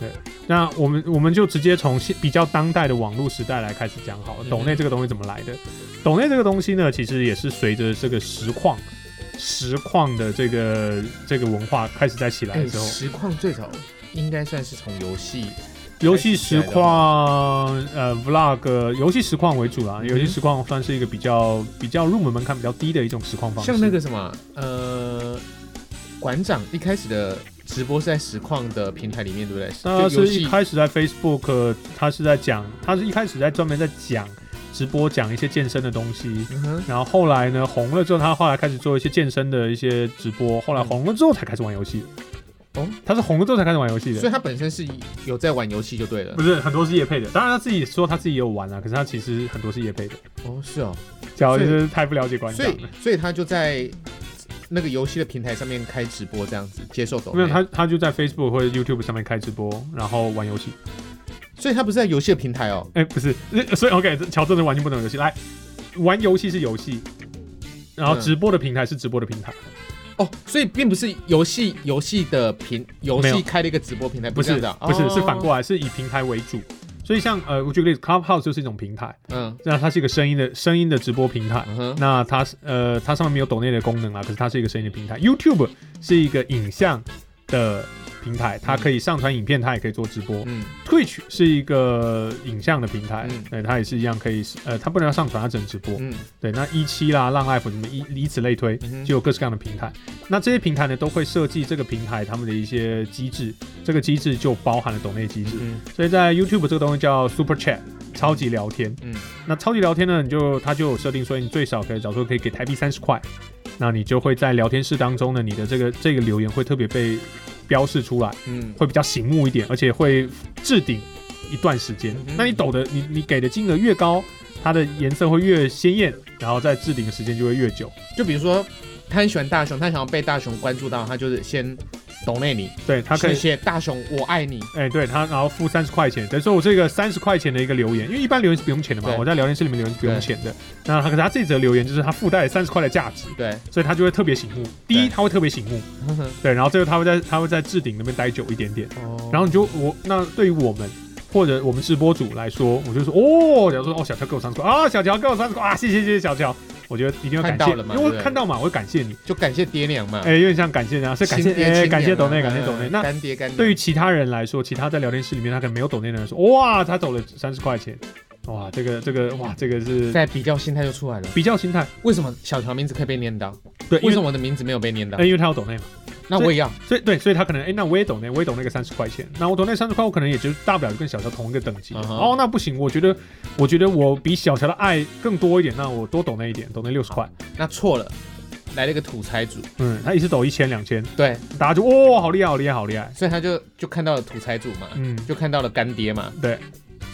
Speaker 1: 对，那我们我们就直接从现比较当代的网络时代来开始讲好了，
Speaker 2: 嗯哼
Speaker 1: 抖内这个东西怎么来的？抖内这个东西呢，其实也是随着这个实况。实况的这个这个文化开始在起来
Speaker 2: 哎，
Speaker 1: 的时候，
Speaker 2: 实况最早应该算是从游戏，
Speaker 1: 游戏实
Speaker 2: 嗯
Speaker 1: 况呃 vlog 游戏实况为主啦，
Speaker 2: 嗯
Speaker 1: 游戏实况算是一个比较比较入门门槛比较低的一种实况方式。
Speaker 2: 像那个什么呃，馆长一开始的直播是在实况的平台里面，对不对？
Speaker 1: 他
Speaker 2: 就是游
Speaker 1: 啊一
Speaker 2: 戏
Speaker 1: 开始在 Facebook，呃他是在讲，他是一开始在专门在讲直播讲一些健身的东西。
Speaker 2: 嗯哼，
Speaker 1: 然后后来呢，红了之后，他后来开始做一些健身的一些直播。后来
Speaker 2: 嗯
Speaker 1: 红了之后才开始玩游戏。
Speaker 2: 哦，
Speaker 1: 他是红了之后才开始玩游戏的
Speaker 2: 所。以他本身是有在玩游戏就对了
Speaker 1: 不。是很多是叶配的，当然他自己说他自己也有玩啊，可是他其实很多是叶配的，
Speaker 2: 哦，是哦，
Speaker 1: 假如就是太不了解馆
Speaker 2: 所
Speaker 1: 长
Speaker 2: 以
Speaker 1: 了。
Speaker 2: 所以他就在那个游戏的平台上面开直播这样子接受抖内
Speaker 1: 没有他，他就在 Facebook 或者 YouTube 上面开直播，然后玩游戏。
Speaker 2: 所以他不是在游戏的平台哦。
Speaker 1: 哎、不是， 呃所以 OK，这乔真的完全不懂游戏。来，玩游戏是游戏，然后
Speaker 2: 嗯
Speaker 1: 直播的平台是直播的平台，
Speaker 2: 哦，所以并不是游戏游戏的平游
Speaker 1: 没有
Speaker 2: 戏开了一个直播平台，
Speaker 1: 不
Speaker 2: 这
Speaker 1: 是
Speaker 2: 样子啊
Speaker 1: 不是是反，
Speaker 2: 哦
Speaker 1: 过来，是以平台为主。所以像呃，我举个例子，Clubhouse 就是一种平台，
Speaker 2: 嗯
Speaker 1: 那它是一个声音的声音的直播平台。
Speaker 2: 嗯哼，
Speaker 1: 那它是呃，它上面没有抖内的功能啦，可是它是一个声音的平台。YouTube 是一个影像的平台，它可以上传影片，它也可以做直播。
Speaker 2: 嗯
Speaker 1: Twitch 是一个影像的平台，
Speaker 2: 嗯
Speaker 1: 对，它也是一样可以，呃，它不能上传，它只能直播。
Speaker 2: 嗯
Speaker 1: 对，那一期啦、浪 life 什么以以此类推，
Speaker 2: 嗯哼
Speaker 1: 就有各式各样的平台。那这些平台呢，都会设计这个平台他们的一些机制，这个机制就包含了抖内机制。
Speaker 2: 嗯
Speaker 1: 所以在 YouTube 这个东西叫 Super Chat，超级聊天。
Speaker 2: 嗯
Speaker 1: 那超级聊天呢，你就它就有设定说，你最少可以，假如说可以给台币三十块，那你就会在聊天室当中呢，你的这个这个留言会特别被标示出来。
Speaker 2: 嗯
Speaker 1: 会比较醒目一点，而且会置顶一段时间
Speaker 2: 嗯哼。
Speaker 1: 那你抖的，你你给的金额越高，它的颜色会越鲜艳，然后在置顶的时间就会越久。
Speaker 2: 就比如说他很喜欢大雄，他想要被大雄关注到，他就是先懂内你，
Speaker 1: 对，它可以
Speaker 2: 先，写大雄我爱你，
Speaker 1: 哎、对它，然后付三十块钱，等于说我这个三十块钱的一个留言，因为一般留言是不用钱的嘛，
Speaker 2: 对
Speaker 1: 我在聊天室里面留言是不用钱的。那它可是它这则留言就是它附带三十块的价值，
Speaker 2: 对，
Speaker 1: 所以它就会特别醒目。第一，
Speaker 2: 对
Speaker 1: 它会特别醒目，
Speaker 2: 嗯哼
Speaker 1: 对，然后最后它会在它会在置顶那边待久一点点。
Speaker 2: 哦
Speaker 1: 然后你就我那对于我们或者我们直播组来说，我就说哦，假如说哦小乔给我三十块啊，小乔给我三十块啊，谢谢谢谢小乔，我觉得一定要感
Speaker 2: 看
Speaker 1: 谢，
Speaker 2: 到了嘛
Speaker 1: 因为
Speaker 2: 对
Speaker 1: 我
Speaker 2: 不对
Speaker 1: 看到嘛，我会感谢你。
Speaker 2: 就感谢爹娘嘛，
Speaker 1: 哎，有点像感谢人啊，是感谢
Speaker 2: 亲爹亲
Speaker 1: 哎，
Speaker 2: 娘
Speaker 1: 感谢
Speaker 2: 啊
Speaker 1: 抖内，感谢
Speaker 2: 嗯
Speaker 1: 抖内。那
Speaker 2: 干爹干娘
Speaker 1: 对于其他人来说，其他在聊天室里面他可能没有抖内的人说，哇，他抖了三十块钱，哇，这个这个哇，这个是
Speaker 2: 在比较心态就出来了。
Speaker 1: 比较心态，
Speaker 2: 为什么小乔名字可以被念到？
Speaker 1: 对，因
Speaker 2: 为
Speaker 1: 为
Speaker 2: 什么我的名字没有被念到
Speaker 1: 哎？因为他有抖内嘛，
Speaker 2: 那我也要，
Speaker 1: 所以对，所以他可能哎，那我也抖内，我也抖那个三十块钱，那我抖那三十块，我可能也就大不了就跟小乔同一个等级。
Speaker 2: 嗯哼
Speaker 1: 哦，那不行，我觉得我觉得我比小乔的爱更多一点，那我多抖那一点，抖那六十块，
Speaker 2: 那错了，来了一个土财主，
Speaker 1: 嗯，他一次抖一千两千，
Speaker 2: 对，
Speaker 1: 大家就哇、好厉害，好厉害，好厉害，
Speaker 2: 所以他就就看到了土财主嘛，
Speaker 1: 嗯，
Speaker 2: 就看到了干爹嘛，
Speaker 1: 对，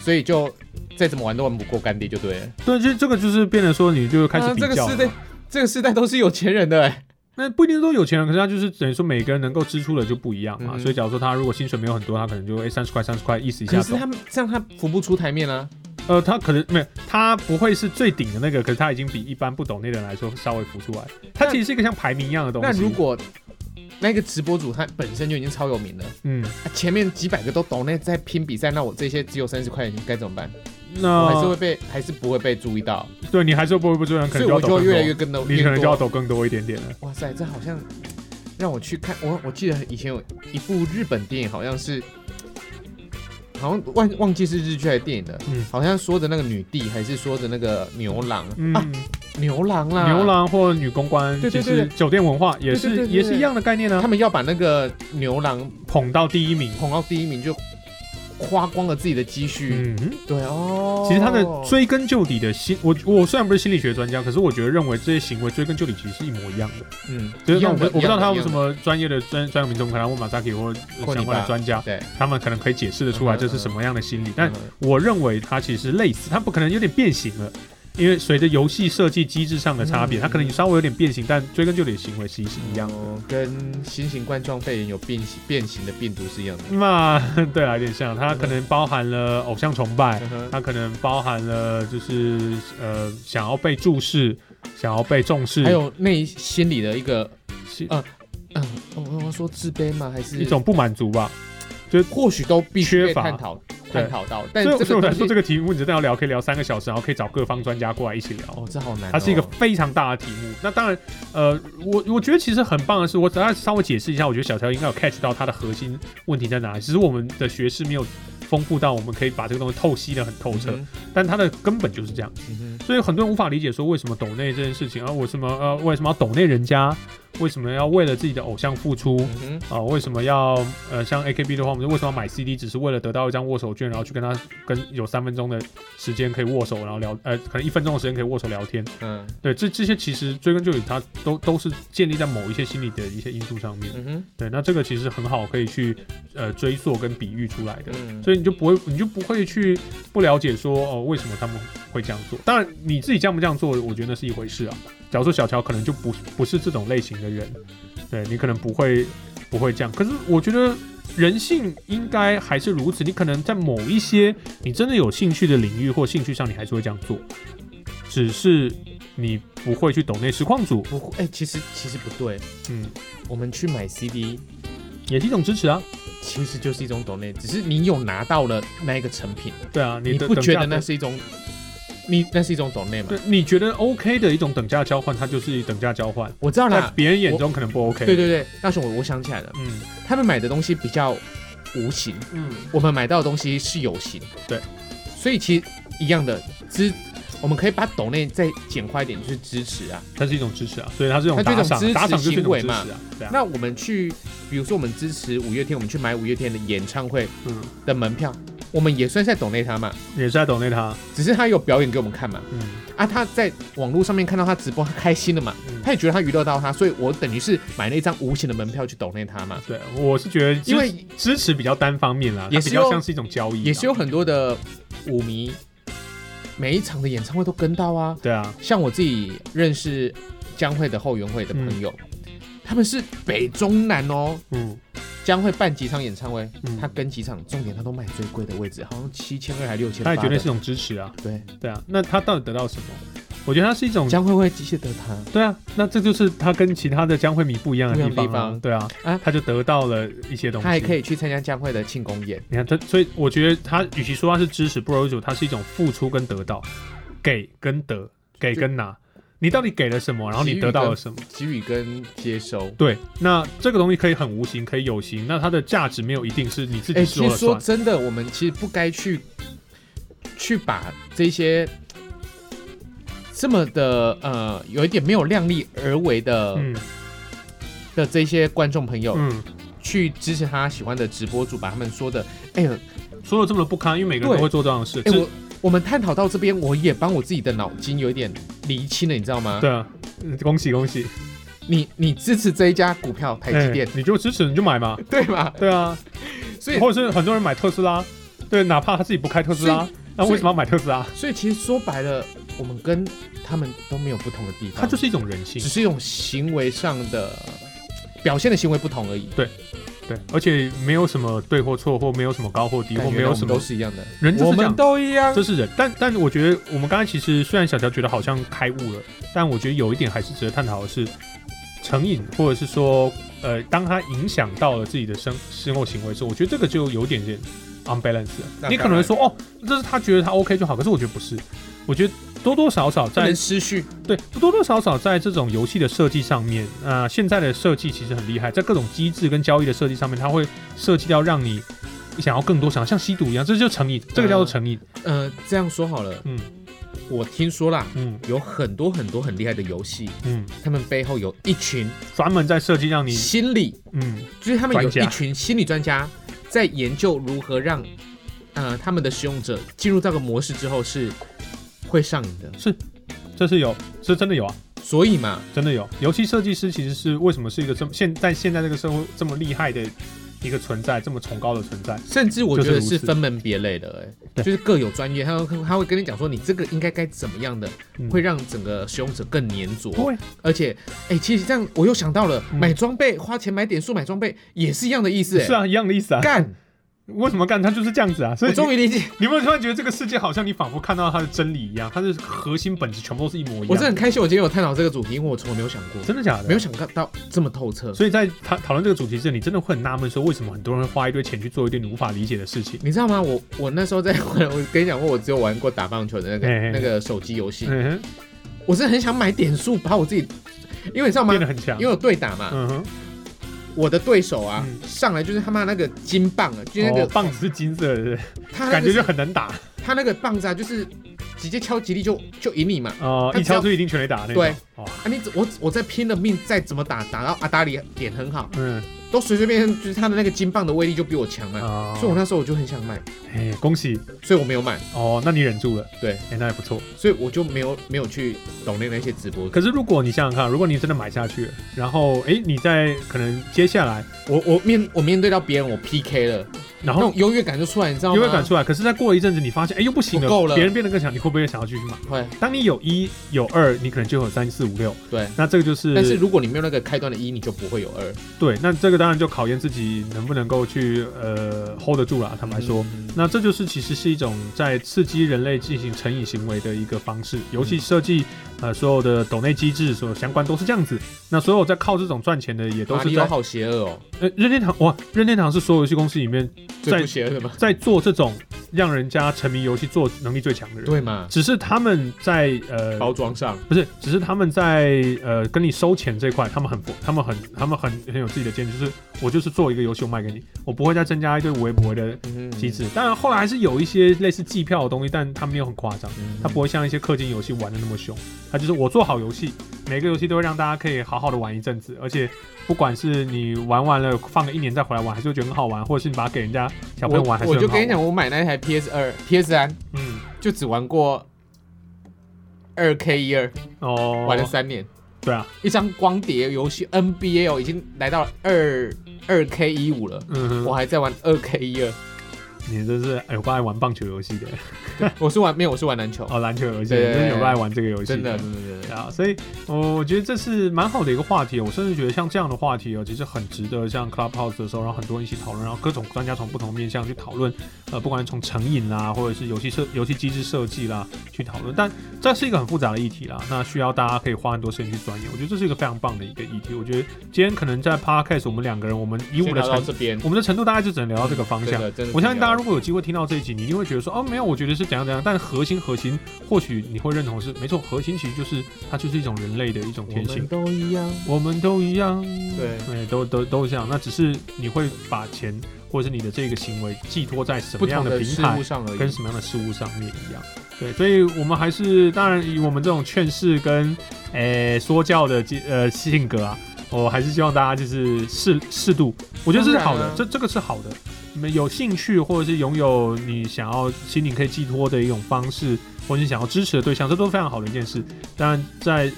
Speaker 2: 所以就再怎么玩都玩不过干爹就对了。
Speaker 1: 对，就这个就是变得说你就开始
Speaker 2: 啊
Speaker 1: 比
Speaker 2: 这个
Speaker 1: 较
Speaker 2: 世
Speaker 1: 了
Speaker 2: 代
Speaker 1: 嘛。，
Speaker 2: 这个世代都是有钱人的 哎，
Speaker 1: 那不一定都有钱人，可是他就是等于说每个人能够支出的就不一样嘛。
Speaker 2: 嗯
Speaker 1: 所以假如说他如果薪水没有很多，他可能就哎三十块三十块意思一下
Speaker 2: 可是
Speaker 1: 走。
Speaker 2: 他们这样他浮不出台面啊，
Speaker 1: 呃，他可能没有，他不会是最顶的那个，可是他已经比一般不懂那的人来说稍微浮出来。他
Speaker 2: 那
Speaker 1: 其实是一个像排名一样的东
Speaker 2: 那
Speaker 1: 西。
Speaker 2: 如果那个直播主他本身就已经超有名了，
Speaker 1: 嗯，
Speaker 2: 啊前面几百个都懂那在拼比赛，那我这些只有三十块钱该怎么办？我还是
Speaker 1: 那
Speaker 2: 会被，还是不会被注意到，
Speaker 1: 对你还是不会不追人，可能
Speaker 2: 所以
Speaker 1: 就要
Speaker 2: 我就
Speaker 1: 抖
Speaker 2: 会
Speaker 1: 更
Speaker 2: 越来越
Speaker 1: 多。
Speaker 2: 跟的
Speaker 1: 你可能
Speaker 2: 越
Speaker 1: 就要
Speaker 2: 多。
Speaker 1: 抖更多一点点了。
Speaker 2: 哇塞，这好像让我去看我，我记得以前有一部日本电影，好像是，好像忘忘记是日剧还是电影了，
Speaker 1: 嗯
Speaker 2: 好像说的那个女帝，还是说的那个牛郎、
Speaker 1: 嗯，
Speaker 2: 啊，牛郎啦，
Speaker 1: 牛，郎或女公关，
Speaker 2: 对
Speaker 1: 其
Speaker 2: 对对
Speaker 1: 实
Speaker 2: 对
Speaker 1: 酒店文化也
Speaker 2: 对
Speaker 1: 是
Speaker 2: 对对对
Speaker 1: 也是一样的概念
Speaker 2: 他
Speaker 1: 啊，
Speaker 2: 们要把那个牛郎
Speaker 1: 捧到第一名。
Speaker 2: 捧到第一名，就花光了自己的积蓄，
Speaker 1: 嗯，
Speaker 2: 对哦，
Speaker 1: 其实他的追根究底的心，我我虽然不是心理学专家，可是我觉得认为这些行为追根究底其实是一模一样的。
Speaker 2: 嗯，
Speaker 1: 就是
Speaker 2: 一
Speaker 1: 那
Speaker 2: 样
Speaker 1: 我
Speaker 2: 的
Speaker 1: 们我不知道他有什。
Speaker 2: 一样的
Speaker 1: 么专业的专专有名词，我们可能问马萨克或呃
Speaker 2: 或你
Speaker 1: 相关的
Speaker 2: 爸
Speaker 1: 专家，
Speaker 2: 对，
Speaker 1: 他们可能可以解释得出来
Speaker 2: 嗯哼
Speaker 1: 这是什么样的心理。但
Speaker 2: 嗯
Speaker 1: 我认为它其实类似，它不可能有点变形了。因为随着游戏设计机制上的差别，
Speaker 2: 嗯
Speaker 1: 它可能稍微有点变形，但追根究底的行为其实是一样的。
Speaker 2: 哦跟新型冠状肺炎有变形变形的病毒是一样的。
Speaker 1: 那 对啊，有点像，它可能包含了偶像崇拜，
Speaker 2: 嗯哼
Speaker 1: 它可能包含了就是呃想要被注视、想要被重视，
Speaker 2: 还有内心里的一个，
Speaker 1: 是
Speaker 2: 嗯，我我说自卑吗？还是
Speaker 1: 一种不满足吧。
Speaker 2: 或许都必须
Speaker 1: 缺
Speaker 2: 被
Speaker 1: 乏
Speaker 2: 探讨探讨到，但
Speaker 1: 所以，
Speaker 2: 这
Speaker 1: 所以
Speaker 2: 个
Speaker 1: 我
Speaker 2: 东
Speaker 1: 才说
Speaker 2: 西
Speaker 1: 这个题目，你真的要聊，可以聊三个小时，然后可以找各方专家过来一起聊。
Speaker 2: 哦，这好难哦，
Speaker 1: 它是一个非常大的题目。那当然，呃，我我觉得其实很棒的是，我只要稍微解释一下，我觉得小乔应该有 catch 到它的核心问题在哪里。只是我们的学识没有丰富到我们可以把这个东西透析的很透彻，
Speaker 2: 嗯
Speaker 1: 但它的根本就是这样。
Speaker 2: 哼嗯
Speaker 1: 所以很多人无法理解说为什么抖内这件事情啊，为什么呃为什么要抖内人家，为什么要为了自己的偶像付出？
Speaker 2: 哼嗯哼
Speaker 1: 啊、为什么要呃，像 A K B 的话，我们为什么要买 C D，只是为了得到一张握手券，然后去跟他跟有三分钟的时间可以握手，然后聊呃，可能一分钟的时间可以握手聊天。
Speaker 2: 嗯
Speaker 1: 对，这这些其实追根究底，它都都是建立在某一些心理的一些因素上面。
Speaker 2: 嗯哼
Speaker 1: 对，那这个其实很好可以去呃追溯跟比喻出来的。
Speaker 2: 嗯，
Speaker 1: 所以你就不会，你就不会去不了解说哦，为什么他们会这样做。当然，你自己这样不这样做，我觉得那是一回事啊。假如说小乔可能就不不是这种类型的人，对你可能不会不会这样。可是我觉得人性应该还是如此。你可能在某一些你真的有兴趣的领域或兴趣上，你还是会这样做，只是你不会去抖内实况组，
Speaker 2: 不会，哎，其实其实不对，
Speaker 1: 嗯，
Speaker 2: 我们去买 CD
Speaker 1: 也是一种支持啊。
Speaker 2: 其实就是一种懂内，只是你有拿到了那一个成品，
Speaker 1: 对啊，
Speaker 2: 你
Speaker 1: 的
Speaker 2: 不觉得
Speaker 1: 等价
Speaker 2: 那是一种，你那是一种懂内吗？
Speaker 1: 对，你觉得 OK 的一种等价交换，它就是等价交换。
Speaker 2: 我知道
Speaker 1: 在
Speaker 2: 啦，
Speaker 1: 别人眼中可能不 OK。
Speaker 2: 对对对，大雄，我我想起来了，
Speaker 1: 嗯
Speaker 2: 他们买的东西比较无形，
Speaker 1: 嗯，
Speaker 2: 我们买到的东西是有形，
Speaker 1: 对，
Speaker 2: 所以其实一样的支，我们可以把抖内再简化一点，就是支持啊。
Speaker 1: 它是一种支持啊，所以它是一种
Speaker 2: 它
Speaker 1: 打
Speaker 2: 这种
Speaker 1: 赏，
Speaker 2: 支
Speaker 1: 打赏
Speaker 2: 持
Speaker 1: 就是一
Speaker 2: 行
Speaker 1: 种
Speaker 2: 为
Speaker 1: 支持
Speaker 2: 嘛
Speaker 1: 啊，对啊，
Speaker 2: 那我们去，比如说我们支持五月天，我们去买五月天的演唱会
Speaker 1: 嗯，
Speaker 2: 的门票，我们也算在抖内他嘛，
Speaker 1: 也是在抖内他，
Speaker 2: 只是他有表演给我们看嘛。
Speaker 1: 嗯
Speaker 2: 啊，他在网络上面看到他直播，他开心了嘛，
Speaker 1: 嗯，
Speaker 2: 他也觉得他娱乐到他，所以我等于是买了一张无形的门票去抖内他嘛。
Speaker 1: 对，我是觉得支
Speaker 2: 因为
Speaker 1: 支持比较单方面啦，
Speaker 2: 也
Speaker 1: 它比
Speaker 2: 是
Speaker 1: 较
Speaker 2: 用
Speaker 1: 像是一种交易啊，
Speaker 2: 也是有很多的舞迷，每一场的演唱会都跟到啊。
Speaker 1: 对啊，
Speaker 2: 像我自己认识江会的后援会的朋友，他们是北中南哦。
Speaker 1: 嗯
Speaker 2: 江会办几场演唱会，
Speaker 1: 嗯
Speaker 2: 他，跟几场，重点他都买最贵的位置，好像七千二还六千
Speaker 1: 他
Speaker 2: 八
Speaker 1: 也觉得
Speaker 2: 的
Speaker 1: 是一。种支持啊，
Speaker 2: 对，
Speaker 1: 对啊，那他到底得到什么？我觉得它是一种。
Speaker 2: 江会会机械得他
Speaker 1: 对啊，那这就是他跟其他的江惠民不一样的地
Speaker 2: 不
Speaker 1: 方
Speaker 2: 一样的地
Speaker 1: 啊，
Speaker 2: 方
Speaker 1: 对啊，
Speaker 2: 啊
Speaker 1: 他就得到了一些东西。
Speaker 2: 他还可以去参加江会的庆功宴。
Speaker 1: 你看他，所以我觉得他与其说他是支持，不如说它是一种付出跟得到，给跟得，给跟拿。你到底给了什么，然后你得到了什么？
Speaker 2: 给予跟接收。
Speaker 1: 对，那这个东西可以很无形，可以有形，那它的价值没有一定是你自
Speaker 2: 哎、
Speaker 1: 己
Speaker 2: 其
Speaker 1: 说
Speaker 2: 实
Speaker 1: 了算。
Speaker 2: 说真的，我们其实不该去去把这些这么的呃，有一点没有量力而为的、
Speaker 1: 嗯
Speaker 2: 的这些观众朋友、
Speaker 1: 嗯，
Speaker 2: 去支持他喜欢的直播主，把他们说的，哎、呦，
Speaker 1: 嗯说的这么的不堪，因为每个人
Speaker 2: 对
Speaker 1: 都会做这样的事。
Speaker 2: 哎、
Speaker 1: 这
Speaker 2: 我我们探讨到这边，我也帮我自己的脑筋有一点厘清了，你知道吗？
Speaker 1: 对啊，嗯恭喜恭喜！
Speaker 2: 你你支持这一家股票台积电，
Speaker 1: 哎你就支持你就买嘛。
Speaker 2: 对 吧？
Speaker 1: 对啊，
Speaker 2: 所以
Speaker 1: 或者是很多人买特斯拉，对，哪怕他自己不开特斯拉
Speaker 2: 所，
Speaker 1: 那为什么要买特斯拉？
Speaker 2: 所以其实说白了，我们跟他们都没有不同的地方，
Speaker 1: 它就是一种人性
Speaker 2: 只。是一种行为上的表现的行为不同而已。
Speaker 1: 对，而且没有什么对或错，或没有什么高或低，
Speaker 2: 感
Speaker 1: 或
Speaker 2: 觉
Speaker 1: 没有
Speaker 2: 我
Speaker 1: 什
Speaker 2: 们
Speaker 1: 么
Speaker 2: 都是一样的，
Speaker 1: 人就
Speaker 2: 我
Speaker 1: 是这
Speaker 2: 们
Speaker 1: 样，
Speaker 2: 都一样。
Speaker 1: 这是人。但但我觉得我们刚才其实虽然小乔觉得好像开悟了，但我觉得有一点还是值得探讨的是，成瘾或者是说呃，当它影响到了自己的生生活行为之后，我觉得这个就有点点 unbalance
Speaker 2: 那
Speaker 1: 了。你可能会说哦，这是他觉得他 OK 就好，可是我觉得不是，我觉得多多少少
Speaker 2: 不
Speaker 1: 在
Speaker 2: 能失序，
Speaker 1: 对，多多少少在这种游戏的设计上面，啊，现在的设计其实很厉害，在各种机制跟交易的设计上面，它会设计到让你想要更多，想要像吸毒一样，这就成瘾，这个叫做成瘾。
Speaker 2: 呃，这样说好了，
Speaker 1: 嗯
Speaker 2: 我听说啦，
Speaker 1: 嗯
Speaker 2: 有很多很多很厉害的游戏，
Speaker 1: 嗯，
Speaker 2: 他们背后有一群
Speaker 1: 专门在设计让你，
Speaker 2: 心理，
Speaker 1: 嗯
Speaker 2: 就是他们有
Speaker 1: 专家
Speaker 2: 一群心理专家在研究如何让呃他们的使用者进入这个模式之后是会上瘾的。
Speaker 1: 这是有，这真的有啊，
Speaker 2: 所以嘛，
Speaker 1: 真的有。游戏设计师其实是为什么是一个这么现在现在这个社会这么厉害的一个存在，这么崇高的存在。
Speaker 2: 甚至我觉
Speaker 1: 就是
Speaker 2: 得
Speaker 1: 如此
Speaker 2: 是分门别类的、哎，
Speaker 1: 对
Speaker 2: 就是各有专业，他会他会跟你讲说你这个应该该怎么样的，
Speaker 1: 嗯
Speaker 2: 会让整个使用者更粘着。
Speaker 1: 对，啊
Speaker 2: 而且，哎、其实这样我又想到了，
Speaker 1: 嗯
Speaker 2: 买装备花钱买点数买装备也是一样的意思、哎，
Speaker 1: 是啊，一样的意思啊。
Speaker 2: 干，
Speaker 1: 为什么干？他就是这样子啊。所以
Speaker 2: 我
Speaker 1: 你
Speaker 2: 终于理解，
Speaker 1: 你有没有突然觉得这个世界好像你仿佛看到它的真理一样，它的核心本质全部都是一模一样？
Speaker 2: 我真的很开心，我今天有探讨这个主题，因为我从来没有想过，
Speaker 1: 真的假的？
Speaker 2: 没有。想到这么透彻。
Speaker 1: 所以在讨讨论这个主题之前，你真的会很纳闷，说为什么很多人会花一堆钱去做一堆你无法理解的事情？
Speaker 2: 你知道吗？我我那时候在 玩，我跟你讲过，我只有玩过打棒球的那个
Speaker 1: 嘿嘿嘿
Speaker 2: 那个手机游戏，
Speaker 1: 嗯
Speaker 2: 我真的很想买点数，把我自己，因为你知道
Speaker 1: 哼，
Speaker 2: 吗
Speaker 1: 变？得很强
Speaker 2: 因为。我对打嘛，
Speaker 1: 嗯哼，
Speaker 2: 我的对手啊，
Speaker 1: 嗯
Speaker 2: 上来就是他妈那个金棒啊，就是那个、
Speaker 1: 哦、棒子是金色的，
Speaker 2: 他那
Speaker 1: 感
Speaker 2: 个
Speaker 1: 觉
Speaker 2: 是
Speaker 1: 就很难打。
Speaker 2: 他那个棒子啊，就是直接敲几粒就就赢你嘛。
Speaker 1: 哦、
Speaker 2: 他
Speaker 1: 一
Speaker 2: 只要
Speaker 1: 敲出一定全垒打那种。哦
Speaker 2: 对
Speaker 1: 哇，
Speaker 2: 啊你，我我在拼了命，再怎么打打到阿达里点很好，
Speaker 1: 嗯
Speaker 2: 都随随便便就是他的那个金棒的威力就比我强嘛。
Speaker 1: 啊，
Speaker 2: 所以我那时候我就很想买，
Speaker 1: 哎、恭喜
Speaker 2: 所以我没有买，
Speaker 1: 哦，那你忍住了。
Speaker 2: 对
Speaker 1: 哎、那还不错。
Speaker 2: 所以我就没有没有去懂那那些直播。
Speaker 1: 可是如果你想想看，如果你真的买下去了，然后哎、你在可能接下来，
Speaker 2: 我我面我面对到别人我 PK 了，
Speaker 1: 然
Speaker 2: 那
Speaker 1: 后
Speaker 2: 种优越感就出来，你知道吗？
Speaker 1: 优越感出来。可是，再过一阵子，你发现，哎、又不行了，
Speaker 2: 不够了
Speaker 1: 别人变得更强，你会不会想要继续买？
Speaker 2: 会，
Speaker 1: 当你有一有二，你可能就有三四五六。
Speaker 2: 对。
Speaker 1: 那这个就是，
Speaker 2: 但是如果你没有那个开端的一，你就不会有二。
Speaker 1: 对，那这个当然就考验自己能不能够去呃 hold 得住啦。坦白说，
Speaker 2: 嗯，
Speaker 1: 那这就是其实是一种在刺激人类进行成瘾行为的一个方式。游戏设计，呃，所有的抖内机制，所有相关都是这样子。那所有在靠这种赚钱的，也都
Speaker 2: 马
Speaker 1: 是
Speaker 2: 里奥
Speaker 1: 在
Speaker 2: 好邪恶哦，
Speaker 1: 呃任天堂哇，任天堂是所有游戏公司里面
Speaker 2: 最
Speaker 1: 在
Speaker 2: 不邪恶的嘛。
Speaker 1: 在做这种让人家沉迷游戏做能力最强的人。
Speaker 2: 对嘛，
Speaker 1: 只是他们在呃，
Speaker 2: 包装上，
Speaker 1: 不是，只是他们在呃跟你收钱这一块，他们很不，他们很，他们很很有自己的见解，就是我就是做一个游戏，我卖给你，我不会再增加一堆无微不微的
Speaker 2: 嗯
Speaker 1: 机制。当然后来还是有一些类似计票的东西，但他没有很夸张，
Speaker 2: 嗯
Speaker 1: 他不会像一些氪金游戏玩的那么凶，他就是我做好游戏，每个游戏都会让大家可以好好的玩一阵子，而且不管是你玩完了放个一年再回来玩，还是会觉得很好玩，或者是你把它给人家小朋友玩，还是
Speaker 2: 我
Speaker 1: 很
Speaker 2: 就
Speaker 1: 好玩
Speaker 2: 跟你讲，我买那台 PS 二、PS 三
Speaker 1: 嗯，
Speaker 2: 就只玩过二 K 一二，
Speaker 1: 哦，
Speaker 2: 玩了三年，
Speaker 1: 对啊，
Speaker 2: 一张光碟游戏 NBA 哦，已经来到二二 K 一五了。
Speaker 1: 嗯哼
Speaker 2: 我还在玩二 K 一二，
Speaker 1: 你真是哎，我爱玩棒球游戏的
Speaker 2: 我是玩没有，我是玩篮球，
Speaker 1: 哦，篮球游戏，
Speaker 2: 对
Speaker 1: 就是有爱玩这个游戏，
Speaker 2: 真的，真的，真
Speaker 1: 对
Speaker 2: 的，
Speaker 1: 啊，所以我我觉得这是蛮好的一个话题，我甚至觉得像这样的话题哦，其实很值得像 Clubhouse 的时候，然后很多人一起讨论，然后各种专家从不同面向去讨论，呃，不管从成瘾啦，或者是游戏设游戏机制设计啦去讨论，但这是一个很复杂的议题啦，那需要大家可以花很多时间去钻研，我觉得这是一个非常棒的一个议题，我觉得今天可能在 Podcast 我们两个人，我们以我
Speaker 2: 先
Speaker 1: 们的
Speaker 2: 聊到
Speaker 1: 程
Speaker 2: 这边，
Speaker 1: 我们的程度大概就只能聊到这个方向
Speaker 2: 真。的，真的，
Speaker 1: 我相信大家如果有机会听到这一集，你一定会觉得说，哦，没有，我觉得是怎样怎样。但核心核心，或许你会认同是没错，核心其实就是它就是一种人类的一种
Speaker 2: 我
Speaker 1: 天性
Speaker 2: 们，都一样，
Speaker 1: 我们都一样，
Speaker 2: 对
Speaker 1: 对，都都都这样。那只是你会把钱或者是你的这个行为寄托在什
Speaker 2: 不
Speaker 1: 么样
Speaker 2: 同的
Speaker 1: 平
Speaker 2: 事
Speaker 1: 台
Speaker 2: 物，上而
Speaker 1: 跟
Speaker 2: 已。
Speaker 1: 什么样的事物上面一样。对，所以我们还是当然以我们这种劝世跟诶、说教的这呃性格啊，我还是希望大家就是适适度，我觉得这是好
Speaker 2: 当
Speaker 1: 的
Speaker 2: 然，啊
Speaker 1: 这这个是好的。你们有兴趣或者是拥有你想要心灵可以寄托的一种方式，或者你想要支持的对象，这都是非常好的一件事。当然，在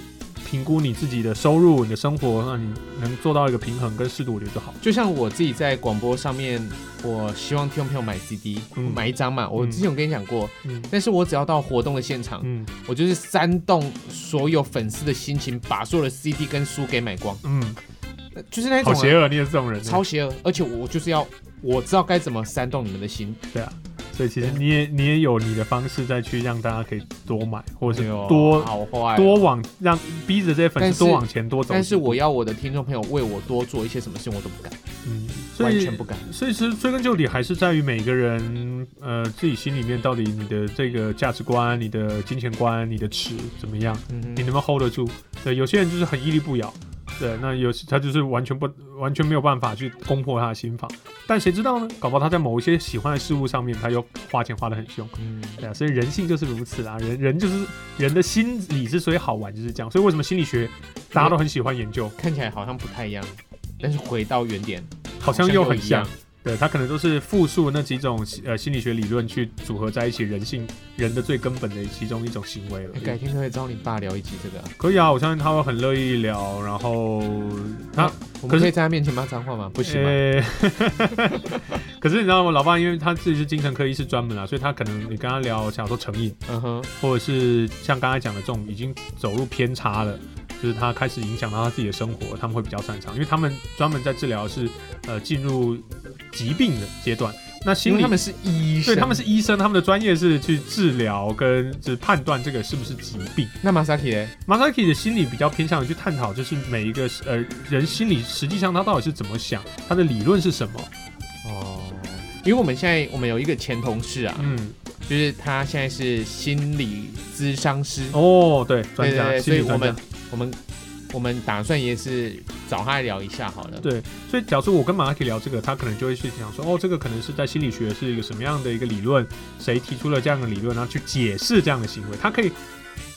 Speaker 1: 评估你自己的收入、你的生活，那你能做到一个平衡跟适度，我觉得就好。
Speaker 2: 就像我自己在广播上面，我希望听众朋友买 CD，、
Speaker 1: 嗯
Speaker 2: 买一张嘛。我之前有跟你讲过，
Speaker 1: 嗯
Speaker 2: 但是我只要到活动的现场，
Speaker 1: 嗯
Speaker 2: 我就是煽动所有粉丝的心情，把所有的 CD 跟书给买光，
Speaker 1: 嗯，
Speaker 2: 呃就是那种
Speaker 1: 好
Speaker 2: 啊、
Speaker 1: 邪恶，你也是这种人，
Speaker 2: 超邪恶。而且我就是要，我知道该怎么煽动你们的心。
Speaker 1: 所以其实你也你也有你的方式再去让大家可以多买，或者是
Speaker 2: 哎呦
Speaker 1: 多、
Speaker 2: 好坏哦
Speaker 1: 多往让逼着这些粉
Speaker 2: 但
Speaker 1: 丝
Speaker 2: 是
Speaker 1: 多往前多走几步。
Speaker 2: 但是我要我的听众朋友为我多做一些什么事，我都不敢，
Speaker 1: 嗯，所
Speaker 2: 完
Speaker 1: 以
Speaker 2: 全不敢。
Speaker 1: 所以其实追根究底还是在于每个人呃自己心里面到底你的这个价值观、你的金钱观、你的尺怎么样，
Speaker 2: 嗯
Speaker 1: 你
Speaker 2: 哼，
Speaker 1: 能不能 hold 得住？对，有些人就是很屹立不摇。对，那有他就是完全不完全没有办法去攻破他的心房，但谁知道呢？搞不好他在某一些喜欢的事物上面，他又花钱花得很凶。
Speaker 2: 嗯，
Speaker 1: 对啊，所以人性就是如此啦。人人就是人的心理之所以好玩就是这样，所以为什么心理学大家都很喜欢研究，
Speaker 2: 看起来好像不太一样，但是回到原点，
Speaker 1: 好像又很像
Speaker 2: 好。
Speaker 1: 对，它可能都是复数那几种呃心理学理论去组合在一起，人性人的最根本的其中一种行为了
Speaker 2: 哎。改天可以找你爸聊一集这个啊、
Speaker 1: 可以啊，我相信他会很乐意聊。然后他
Speaker 2: 我
Speaker 1: 可
Speaker 2: 们
Speaker 1: 是
Speaker 2: 可以在他面前骂脏话吗？不行吗？
Speaker 1: 呃， 可是你知道吗？老爸因为他自己是精神科医师专门啊，所以他可能你跟他聊，假如说成瘾，
Speaker 2: 嗯哼，
Speaker 1: 或者是像刚才讲的这种已经走入偏差了，就是他开始影响到他自己的生活，他们会比较擅长，因为他们专门在治疗是呃进入疾病的阶段。那
Speaker 2: 因
Speaker 1: 心
Speaker 2: 为
Speaker 1: 理
Speaker 2: 他们是医生，
Speaker 1: 对他们是医生，他们的专业是去治疗跟就是判断这个是不是疾病。
Speaker 2: 那马萨提嘞，
Speaker 1: Masaki 的心理比较偏向于去探讨，就是每一个呃人心里实际上他到底是怎么想，他的理论是什么。
Speaker 2: 哦，因为我们现在我们有一个前同事啊，
Speaker 1: 嗯，
Speaker 2: 就是他现在是心理咨商师，
Speaker 1: 哦，对，专
Speaker 2: 对对
Speaker 1: 家
Speaker 2: 对，
Speaker 1: 心
Speaker 2: 所以
Speaker 1: 理
Speaker 2: 我
Speaker 1: 专家
Speaker 2: 们。我们我们打算也是找他聊一下好了。
Speaker 1: 对，所以假如说我跟马拉克聊这个，他可能就会去想说，哦，这个可能是在心理学是一个什么样的一个理论，谁提出了这样的理论，然后去解释这样的行为，他可以。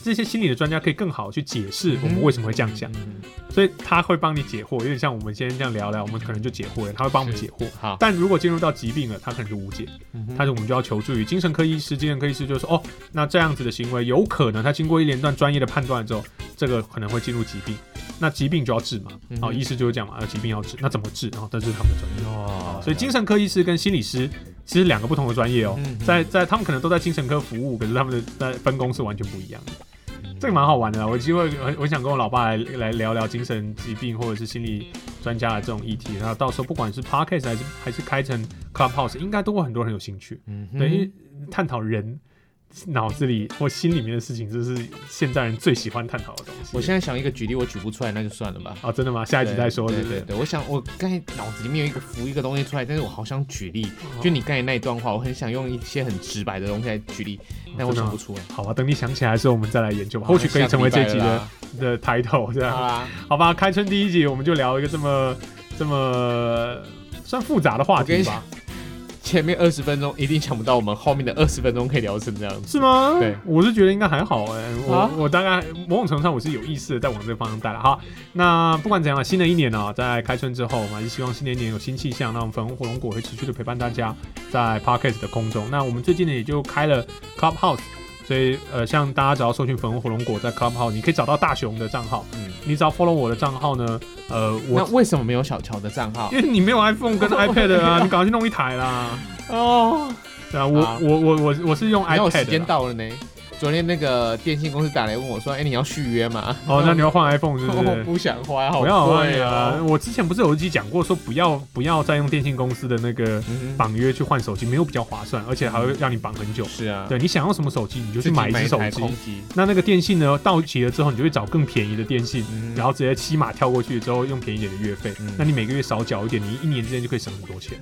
Speaker 1: 这些心理的专家可以更好去解释我们为什么会这样想，
Speaker 2: 嗯
Speaker 1: 所以他会帮你解惑，有点像我们今天这样聊聊，我们可能就解惑了，他会帮我们
Speaker 2: 是
Speaker 1: 解惑。
Speaker 2: 好，
Speaker 1: 但如果进入到疾病了，他可能就无解，
Speaker 2: 嗯哼
Speaker 1: 他就我们就要求助于精神科医师。精神科医师就说，哦，那这样子的行为有可能他经过一连段专业的判断之后，这个可能会进入疾病，那疾病就要治嘛。
Speaker 2: 嗯
Speaker 1: 好、
Speaker 2: 哼
Speaker 1: 医师就是讲嘛，啊疾病要治，那怎么治？然后这是他们的专业。
Speaker 2: 哦
Speaker 1: 所以精神科医师跟心理师其实两个不同的专业哦，
Speaker 2: 嗯
Speaker 1: 在在他们可能都在精神科服务，可是他们的在分工是完全不一样的。这个
Speaker 2: 嘛，
Speaker 1: 蛮好玩的啦，啊我有机会我我想跟我老爸来来聊聊精神疾病或者是心理专家的这种议题，然后到时候不管是 podcast 还是还是开成 clubhouse，应该都会很多人有兴趣，
Speaker 2: 嗯哼
Speaker 1: 对，因为探讨人脑子里或心里面的事情，这是现在人最喜欢探讨的东西。
Speaker 2: 我现在想一个举例，我举不出来，那就算了吧。
Speaker 1: 哦，真的吗？下一集再说，
Speaker 2: 对
Speaker 1: 不
Speaker 2: 对对，我想我刚才脑子里面有一个浮一个东西出来，但是我好想举例，
Speaker 1: 哦
Speaker 2: 就你刚才那一段话，我很想用一些很直白的东西来举例，但我
Speaker 1: 哦真的
Speaker 2: 想
Speaker 1: 吗
Speaker 2: 不出来。
Speaker 1: 好吧，等你想起来的时候，我们再来研究吧。或许可以成为这集的啊的 title，这
Speaker 2: 好
Speaker 1: 样
Speaker 2: 啊啦，
Speaker 1: 好吧？开春第一集，我们就聊一个这么这么算复杂的话
Speaker 2: 我跟
Speaker 1: 题
Speaker 2: 你
Speaker 1: 吧？
Speaker 2: 前面二十分钟一定想不到我们后面的二十分钟可以聊成这样子。
Speaker 1: 是吗？
Speaker 2: 对
Speaker 1: 我是觉得应该还好哎、我、
Speaker 2: 啊
Speaker 1: 我大概某种程度上我是有意识的在往这个方向带了哈。那不管怎样啊，新的一年呢、在开春之后，我们还是希望新的一年有新气象。那我们粉红火龙果会持续的陪伴大家在 Podcast 的空中。那我们最近呢也就开了 Clubhouse。所以，呃，像大家只要搜寻“粉红火龙果”在 Clubhouse，你可以找到大雄的账号。
Speaker 2: 嗯
Speaker 1: 你只要 follow 我的账号呢，呃，
Speaker 2: 那
Speaker 1: 我
Speaker 2: 为什么没有小乔的账 号？
Speaker 1: 因为你没有 iPhone 跟 iPad 啊，你赶快去弄一台啦。
Speaker 2: 哦，
Speaker 1: 对啊，我
Speaker 2: 好
Speaker 1: 我我我我是用
Speaker 2: 然后我
Speaker 1: iPad
Speaker 2: 时间
Speaker 1: 啦
Speaker 2: 到了呢。昨天那个电信公司打来问我说：“哎、你要续约吗？”
Speaker 1: 哦，那你要换 iPhone 是不
Speaker 2: 我
Speaker 1: 是？
Speaker 2: 哦不想花，好
Speaker 1: 不要换
Speaker 2: 贵
Speaker 1: 呀、
Speaker 2: 啊。
Speaker 1: 我之前不是有一集讲过，说不要不要再用电信公司的那个
Speaker 2: 嗯哼，
Speaker 1: 绑约去换手机，没有比较划算，而且还会让你绑很久。
Speaker 2: 是啊，
Speaker 1: 对你想要什么手机，你就去
Speaker 2: 自己
Speaker 1: 买
Speaker 2: 买
Speaker 1: 一只手
Speaker 2: 台
Speaker 1: 机
Speaker 2: 空。机，
Speaker 1: 那那个电信呢，到期了之后，你就会找更便宜的电信，
Speaker 2: 嗯
Speaker 1: 然后直接骑马跳过去之后，用便宜一点的月费。
Speaker 2: 嗯
Speaker 1: 那你每个月少缴一点，你一年之间就可以省很多钱。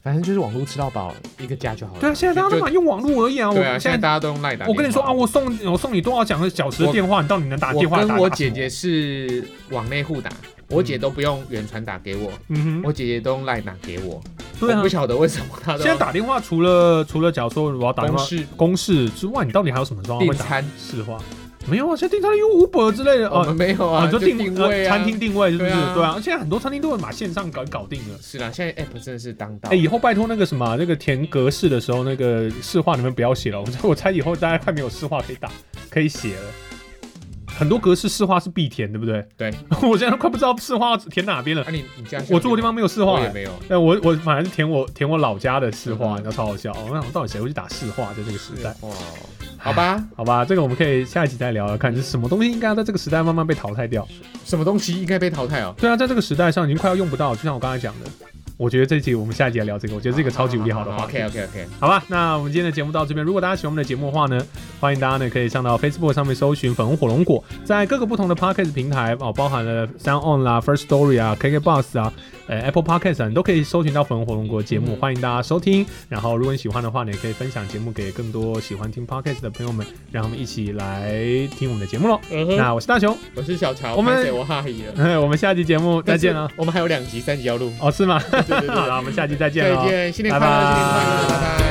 Speaker 2: 反正就是网络吃到饱，一个价就好了。
Speaker 1: 对啊，现在大家都
Speaker 2: 就
Speaker 1: 嘛用网络而已啊。我
Speaker 2: 对啊，现在
Speaker 1: 现
Speaker 2: 大家都用赖打。
Speaker 1: 我跟你说啊，我送我送你多少讲小时的电话，你到底能打
Speaker 2: 我
Speaker 1: 电话打
Speaker 2: 跟
Speaker 1: 打
Speaker 2: 我
Speaker 1: 什
Speaker 2: 姐
Speaker 1: 么，
Speaker 2: 姐是往内互打，我姐都不用远传打给我，
Speaker 1: 嗯哼，
Speaker 2: 我姐姐都用赖打给我。
Speaker 1: 对
Speaker 2: 我
Speaker 1: 啊
Speaker 2: 不。晓得为什么她都
Speaker 1: 现在打电话除了除了假如说我要打电
Speaker 2: 公
Speaker 1: 话
Speaker 2: 式
Speaker 1: 公式之外，你到底还有什么状况
Speaker 2: 订
Speaker 1: 会打
Speaker 2: 餐，
Speaker 1: 市话？没有啊，现在订餐用 Uber 之类的
Speaker 2: 我
Speaker 1: 哦
Speaker 2: 们没有啊，
Speaker 1: 你说
Speaker 2: 就定
Speaker 1: 呃
Speaker 2: 位啊，
Speaker 1: 餐厅定位是不是？
Speaker 2: 对啊
Speaker 1: 对啊，现在很多餐厅都会把线上搞搞定了。
Speaker 2: 是啦，现在 app 真的是当道
Speaker 1: 哎、。以后拜托那个什么，那个填格式的时候，那个市话你们不要写了。我猜我 猜以后大家快没有市话可以打，可以写了。很多格式市话是必填，对不对？
Speaker 2: 对，
Speaker 1: 我现在都快不知道市话填哪边了。
Speaker 2: 啊你你家
Speaker 1: 我住的地方没有市话、
Speaker 2: 我也
Speaker 1: 哎
Speaker 2: 没有，
Speaker 1: 但我我反而是填我填我老家的市话，
Speaker 2: 嗯
Speaker 1: 你知道超好笑。我想到底谁会去打市话，在这个时代？
Speaker 2: 哇，哦好吧，
Speaker 1: 好吧，这个我们可以下一集再聊聊看，就是什么东西应该要在这个时代慢慢被淘汰掉。
Speaker 2: 什么东西应该被淘汰哦？
Speaker 1: 对啊，在这个时代上已经快要用不到，就像我刚才讲的，我觉得这一集我们下一集来聊这个，我觉得这个超级无敌好的话题。
Speaker 2: OK OK OK，
Speaker 1: 好吧，那我们今天的节目到这边。如果大家喜欢我们的节目的话呢，欢迎大家呢可以上到 Facebook 上面搜寻“粉红火龙果”，在各个不同的 Podcast 平台哦，包含了 Sound On 啦、First Story 啊、KKBox 啊、呃 Apple Podcast 啊，你都可以搜寻到“粉红火龙果”节目，
Speaker 2: 嗯
Speaker 1: 欢迎大家收听。然后，如果你喜欢的话呢，也可以分享节目给更多喜欢听 Podcast 的朋友们，让他们一起来听我们的节目喽。
Speaker 2: 嗯哼，
Speaker 1: 那我是大雄，
Speaker 2: 我是小乔，
Speaker 1: 我们
Speaker 2: 拍谁我哈黑了，
Speaker 1: 我们下期节目再见了。
Speaker 2: 我们还有两集、三集要录，
Speaker 1: 哦，是吗？
Speaker 2: 对对 对
Speaker 1: 好
Speaker 2: 对，
Speaker 1: 了，我们下期再见哦
Speaker 2: 再
Speaker 1: 喽。
Speaker 2: 见，新年快乐，
Speaker 1: 拜拜
Speaker 2: 新年快乐，拜拜。